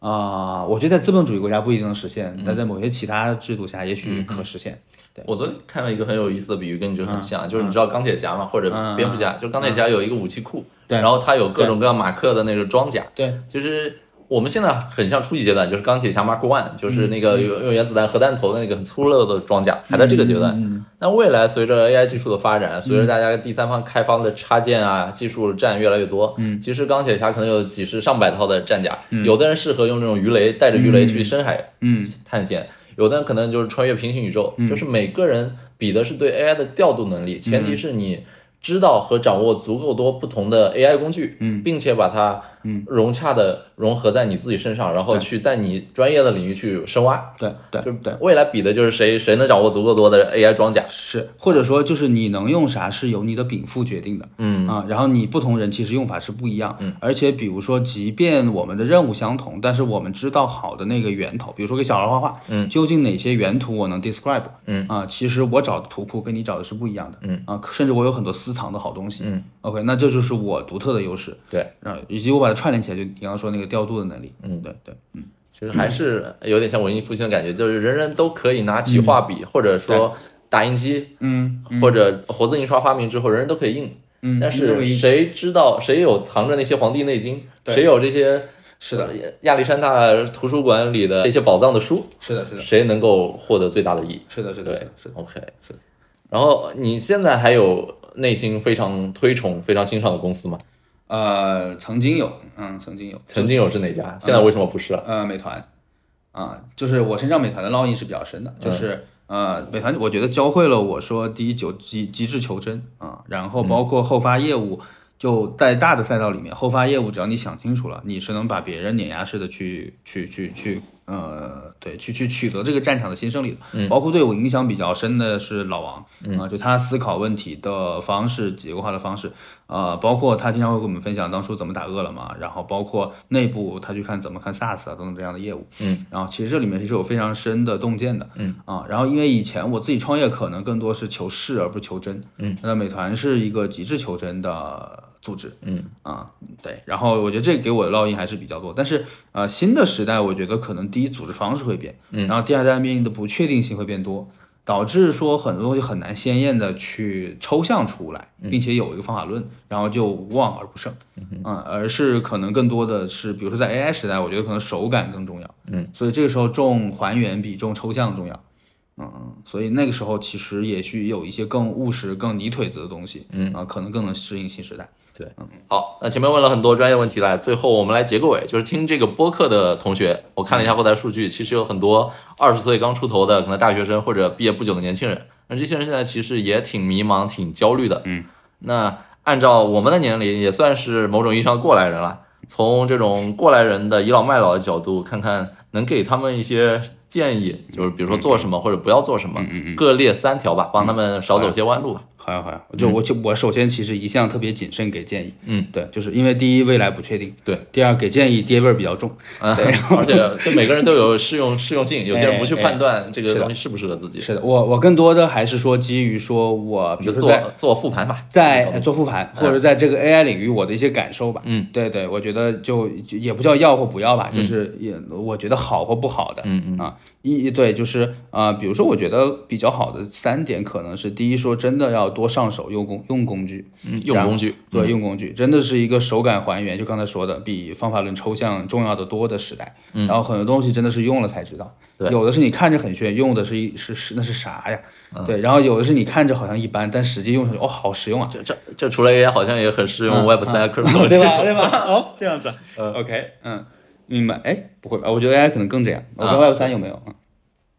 Speaker 2: 啊、我觉得在资本主义国家不一定能实现，但在某些其他制度下，也许可实现。
Speaker 1: 我昨天看到一个很有意思的比喻，跟你
Speaker 2: 嗯
Speaker 1: 就很像，就是你知道钢铁侠嘛，或者蝙蝠侠，就钢铁侠有一个武器库，
Speaker 2: 对
Speaker 1: 然后它有各种各样马克的那个装甲，
Speaker 2: 对，
Speaker 1: 就是我们现在很像初级阶段，就是钢铁侠 Mark One，就是
Speaker 2: 嗯
Speaker 1: 那个用用原子弹核弹头的那个很粗陋的装甲，还在这个阶
Speaker 2: 嗯
Speaker 1: 段。但未来随着 AI 技术的发展，随着大家第三方开发的插件啊、技术站越来越多，
Speaker 2: 嗯
Speaker 1: 其实钢铁侠可能有几十上百套的战甲，有的人适合用这种鱼雷，带着鱼
Speaker 2: 嗯
Speaker 1: 雷去深海探险。有的人可能就是穿越平行宇宙，
Speaker 2: 嗯
Speaker 1: 就是每个人比的是对 AI 的调度能力，前
Speaker 2: 嗯
Speaker 1: 提是你知道和掌握足够多不同的 AI 工具，嗯，并且把它
Speaker 2: 嗯
Speaker 1: 融洽的融合在你自己身上，然后去在你专业的领域去深挖。
Speaker 2: 对对
Speaker 1: 就
Speaker 2: 对，
Speaker 1: 未来比的就是谁谁能掌握足够多的 AI 装甲。
Speaker 2: 是，或者说就是你能用啥是由你的禀赋决定的，
Speaker 1: 嗯
Speaker 2: 啊，然后你不同人其实用法是不一样，嗯，而且比如说，即便我们的任务相同，但是我们知道好的那个源头，比如说给小孩画画，嗯，究竟哪些原图我能 describe，嗯啊，其实我找的图库跟你找的是不一样的，嗯啊，甚至我有很多私藏的好东西，嗯，OK，那这就是我独特的优势，
Speaker 1: 对，
Speaker 2: 啊，以及我把它串联起来，就你刚刚说那个调度的能力，嗯，对对，
Speaker 1: 其实还是有点像文艺复兴的感觉，就是人人都可以拿起画笔，或者说打印机，
Speaker 2: 嗯，
Speaker 1: 或者活字印刷发明之后，人人都可以印。
Speaker 2: 嗯
Speaker 1: 但
Speaker 2: 因为
Speaker 1: 是谁知道谁有藏着那些《黄帝内经》，
Speaker 2: 对
Speaker 1: 谁有这些呃
Speaker 2: 是的，
Speaker 1: 亚历山大图书馆里的这些宝藏的书，
Speaker 2: 是的，是的，
Speaker 1: 谁能够获得最大的益？
Speaker 2: 是的，是的，是
Speaker 1: 对
Speaker 2: 的，是的，
Speaker 1: ，OK，是的。然后你现在还有内心非常推崇、非常欣赏的公司吗？
Speaker 2: 呃，曾经有，嗯，曾经有，
Speaker 1: 曾经有是哪
Speaker 2: 嗯
Speaker 1: 家？现在为什么不是了？
Speaker 2: 呃，美团，啊，就是我身上美团的烙印是比较深的，就是、呃，美团我觉得教会了我说第一求极极致求真啊，然后包括后发业务，就在大的赛道里面，后发业务只要你想清楚了，你是能把别人碾压式的去去去去呃，对，去去取得这个战场的新胜利的。包括对我影响比较深的是老王、啊，就他思考问题的方式、结构化的方式，呃，包括他经常会跟我们分享当初怎么打饿了么，然后包括内部他去看怎么看 SaaS 啊等等这样的业务，嗯，然后其实这里面是有非常深的洞见的，嗯啊，然后因为以前我自己创业可能更多是求是而不是求真，嗯，那美团是一个极致求真的组织，嗯啊对，然后我觉得这个给我的烙印还是比较多，但是呃新的时代我觉得可能第一组织方式会变，嗯，然后第二代面临的不确定性会变多，导致说很多东西很难鲜艳的去抽象出来，并且有一个方法论，然后就望而不胜，嗯，而是可能更多的是，比如说在 AI 时代，我觉得可能手感更重要，嗯，所以这个时候重还原比重抽象重要，嗯，所以那个时候其实也许有一些更务实、更泥腿子的东西，嗯啊，可能更能适应新时代。
Speaker 1: 好，那前面问了很多专业问题了，最后我们来结个尾，就是听这个播客的同学，我看了一下后台数据，其实有很多二十岁刚出头的，可能大学生或者毕业不久的年轻人，那这些人现在其实也挺迷茫、挺焦虑的。嗯，那按照我们的年龄，也算是某种意义上的过来人了。从这种过来人的倚老卖老的角度，看看能给他们一些建议，就是比如说做什么或者不要做什么，各列三条吧，帮他们少走些弯路吧。
Speaker 2: 好呀好呀，就我就我首先其实一向特别谨慎给建议，
Speaker 1: 嗯，
Speaker 2: 对，就是因为第一未来不确定，
Speaker 1: 对，
Speaker 2: 第二给建议爹味儿比较重，
Speaker 1: 啊，
Speaker 2: 对
Speaker 1: 而且就每个人都有适用适用性，有些人不去
Speaker 2: 哎哎
Speaker 1: 判断这个
Speaker 2: 是的
Speaker 1: 东西适不适合自己，
Speaker 2: 是的，我我更多的还是说基于说我，比
Speaker 1: 就
Speaker 2: 如说在
Speaker 1: 做做复盘吧。
Speaker 2: 在呃做复盘，或者在这个 AI 领域我的一些感受吧。
Speaker 1: 嗯，
Speaker 2: 对对，我觉得就就也不叫要或不要吧，就是也我觉得好或不好的。嗯嗯啊，一对就是啊、呃比如说我觉得比较好的三点可能是第一，说真的要多上手用工用工具，
Speaker 1: 嗯用工具，
Speaker 2: 对，用工具真的是一个手感还原，就刚才说的，比方法论抽象重要的多的时代。然后很多东西真的是用了才知道，
Speaker 1: 对
Speaker 2: 有的是你看着很炫，用的是一是是那是啥呀？对，然后有的是你看着好像一般，但实际用上去哦，好实用啊，
Speaker 1: 这这这除了 AI 好像也很适用 Web 三啊 Crypto
Speaker 2: 嗯对吧？对吧？哦，这样子，OK，嗯，明白。哎，不会吧？我觉得 AI 可能更这样，我不知道 Web 三有没有。嗯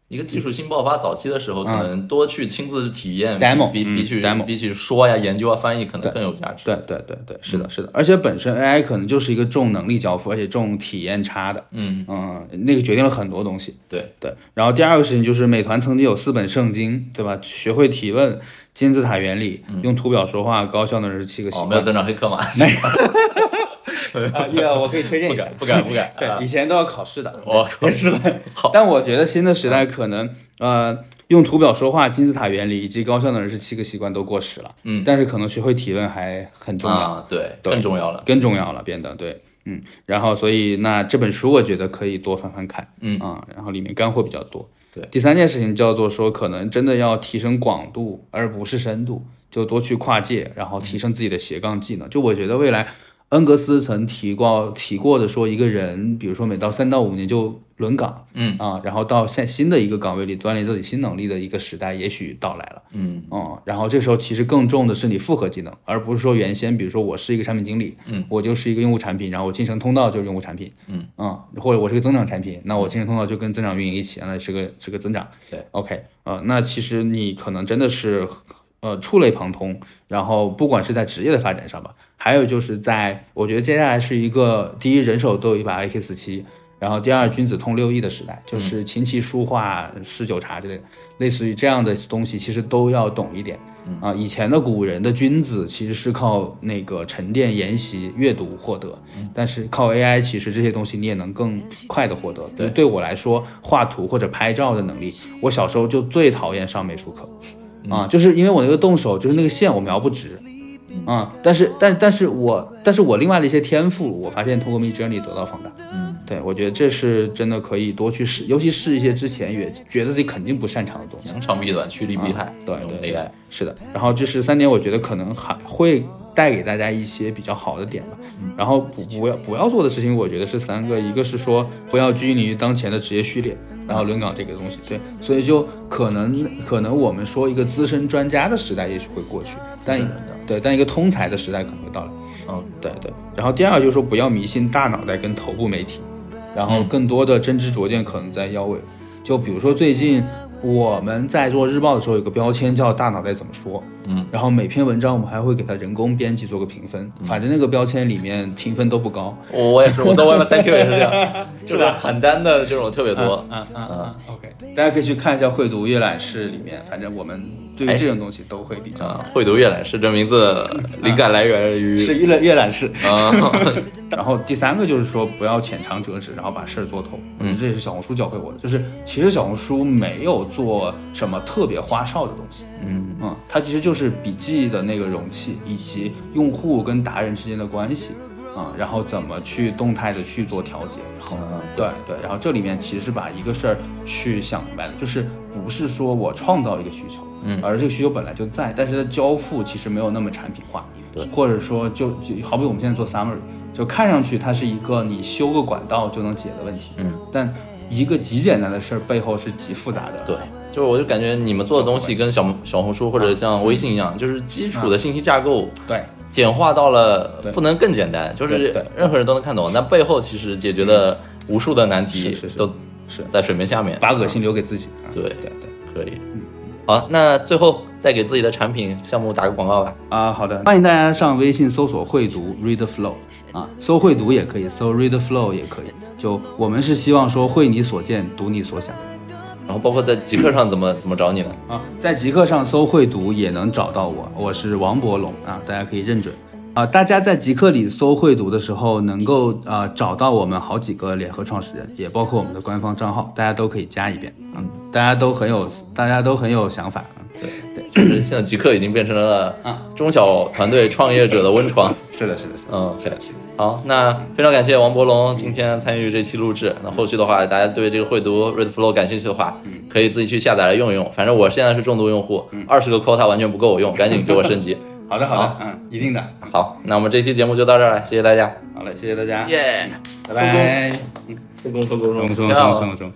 Speaker 1: 一个技术新爆发早期的时候，可能多去亲自体验
Speaker 2: Demo，
Speaker 1: 比比
Speaker 2: 嗯
Speaker 1: 去
Speaker 2: Demo
Speaker 1: 比起说呀、研究啊、翻译，可能更有价值。
Speaker 2: 对对对对，是的，是的。而且本身 AI 可能就是一个重能力交付，而且重体验差的，
Speaker 1: 嗯，
Speaker 2: 嗯，那个决定了很多东西。
Speaker 1: 对
Speaker 2: 对，然后第二个事情就是美团曾经有四本圣经，对吧？学会提问、金字塔原理、用图表说话、高效能人士七个
Speaker 1: 嗯
Speaker 2: 习
Speaker 1: 哦，
Speaker 2: 惯。
Speaker 1: 没有增长黑客嘛？
Speaker 2: 啊，呀，我可以推荐 一下。
Speaker 1: 不敢不敢
Speaker 2: 对
Speaker 1: 啊，
Speaker 2: 以前都要考试的，
Speaker 1: 我 靠，
Speaker 2: 是吧？但我觉得新的时代可能，呃，用图表说话、金字塔原理以及高效能人士七个习惯都过时了。
Speaker 1: 嗯
Speaker 2: 但是可能学会提问还很重要。
Speaker 1: 啊，对，
Speaker 2: 对
Speaker 1: 更重要了。
Speaker 2: 更重要了，变得对，嗯，然后所以那这本书我觉得可以多翻翻看，
Speaker 1: 嗯
Speaker 2: 啊，然后里面干货比较多。
Speaker 1: 对
Speaker 2: 第三件事情叫做说，可能真的要提升广度，而不是深度，就多去跨界，然后提升自己的斜杠
Speaker 1: 嗯
Speaker 2: 技能。就我觉得未来，恩格斯曾提过提过的说，一个人，比如说每到三到五年就轮岗，
Speaker 1: 嗯
Speaker 2: 啊，然后到现新的一个岗位里锻炼自己新能力的一个时代，也许到来了。
Speaker 1: 嗯，
Speaker 2: 嗯，然后这时候其实更重的是你复合技能，而不是说原先比如说我是一个产品经理，
Speaker 1: 嗯，
Speaker 2: 我就是一个用户产品，然后我晋升通道就是用户产品，啊
Speaker 1: 嗯
Speaker 2: 或者我是个增长产品，那我晋升通道就跟增长运营一起，那是个是个增长。
Speaker 1: 对
Speaker 2: ，OK，呃，那其实你可能真的是呃触类旁通，然后不管是在职业的发展上吧，还有就是在我觉得接下来是一个第一人手都有一把 AK 四七。然后第二，君子通六 E 艺的时代，就是
Speaker 1: 嗯
Speaker 2: 琴棋书画、诗酒茶之类的，类似于这样的东西，其实都要懂一点。啊，以前的古人的君子其实是靠那个沉淀、研习、阅读获得，但是靠 AI，其实这些东西你也能更快的获得。对，对我来说，画图或者拍照的能力，我小时候就最讨厌上美术课，啊，就是因为我那个动手，就是那个线我描不直。啊、但是但但是我但是我另外的一些天赋，我发现通过 Mid Journey 得到放大。嗯，对，我觉得这是真的可以多去试，尤其试一些之前也觉得自己肯定不擅长的东西。
Speaker 1: 扬长避短，趋利避害，
Speaker 2: 啊对
Speaker 1: 用
Speaker 2: 对对
Speaker 1: AI。
Speaker 2: 是的。然后这是三点，我觉得可能还会带给大家一些比较好的点吧。然后不不要不要做的事情，我觉得是三个，一个是说不要拘泥于当前的职业序列，然后轮岗这个东西，对，所以就可能可能我们说一个资深专家的时代也许会过去，但对，但一个通才的时代可能会到来。嗯，对对。然后第二个就是说不要迷信大脑袋跟头部媒体，然后更多的真知灼见可能在腰尾。就比如说最近我们在做日报的时候，有个标签叫“大脑袋怎么说”，嗯，然后每篇文章我们还会给它人工编辑做个评分，反正那个标签里面评分都不高。
Speaker 1: 我我也是，我到 Web 三 Q 也是 这样，就是邯郸的这种特别多。
Speaker 2: 嗯嗯嗯，OK，大家可以去看一下会读阅览室里面，反正我们对于这种东西都会比较。
Speaker 1: 啊，会读阅览室这名字灵感来源于
Speaker 2: 是阅览阅览室，
Speaker 1: 啊，
Speaker 2: 然后第三个就是说不要浅尝辄止，然后把事儿做透。嗯，这也是小红书教会我的，就是其实小红书没有做什么特别花哨的东西。
Speaker 1: 嗯
Speaker 2: 嗯，它其实就是笔记的那个容器，以及用户跟达人之间的关系，啊、然后怎么去动态的去做调节，然后对对，然后这里面其实是把一个事儿去想明白了，就是不是说我创造一个需求，嗯，而这个需求本来就在，但是它交付其实没有那么产品化，对，或者说就就好比我们现在做 summary，就看上去它是一个你修个管道就能解的问题，嗯，但一个极简单的事儿背后是极复杂的，
Speaker 1: 对，就是我就感觉你们做的东西跟小小红书或者像微信一
Speaker 2: 嗯
Speaker 1: 样，就是基础的信息架构
Speaker 2: 对
Speaker 1: 简化到了
Speaker 2: 嗯对
Speaker 1: 不能更简单，就是
Speaker 2: 对对嗯
Speaker 1: 任何人都能看懂，但背后其实解决的无数的难题
Speaker 2: 是是是
Speaker 1: 都
Speaker 2: 是
Speaker 1: 在水面下面。
Speaker 2: 把恶心留给自己，啊
Speaker 1: 对
Speaker 2: 对对。
Speaker 1: 可以，
Speaker 2: 嗯
Speaker 1: 好，那最后再给自己的产品项目打个广告吧。
Speaker 2: 啊，好的，欢迎大家上微信搜索“绘读 Read Flow” 啊，搜“绘读”也可以，搜 “Read Flow” 也可以。就我们是希望说，会你所见，读你所想
Speaker 1: 然后包括在极客上怎么怎么找你呢？
Speaker 2: 啊。在极客上搜“绘读”也能找到我，我是王博龙啊，大家可以认准啊。大家在极客里搜“绘读”的时候，能够啊、找到我们好几个联合创始人，也包括我们的官方账号，大家都可以加一遍啊。大家都很有，大家都很有想法啊。
Speaker 1: 就是现在极客已经变成了中小团队创业者的温床。
Speaker 2: 是的，是的，是的，
Speaker 1: 嗯，
Speaker 2: 是的。
Speaker 1: 好，那非常感谢王博龙今天参与这期录制。那后续的话，大家对这个会读 ReadFlow 感兴趣的话，可以自己去下载来用一用。反正我现在是重度用户，二十个 quota 完全不够我用，赶紧给我升级。
Speaker 2: 好的，好的
Speaker 1: 好，
Speaker 2: 嗯，一定的。
Speaker 1: 好，那我们这期节目就到这儿了，谢谢大家，
Speaker 2: 好嘞，谢谢大家，
Speaker 5: 耶、
Speaker 2: 拜拜。
Speaker 1: 收工收工
Speaker 2: 中中中中中。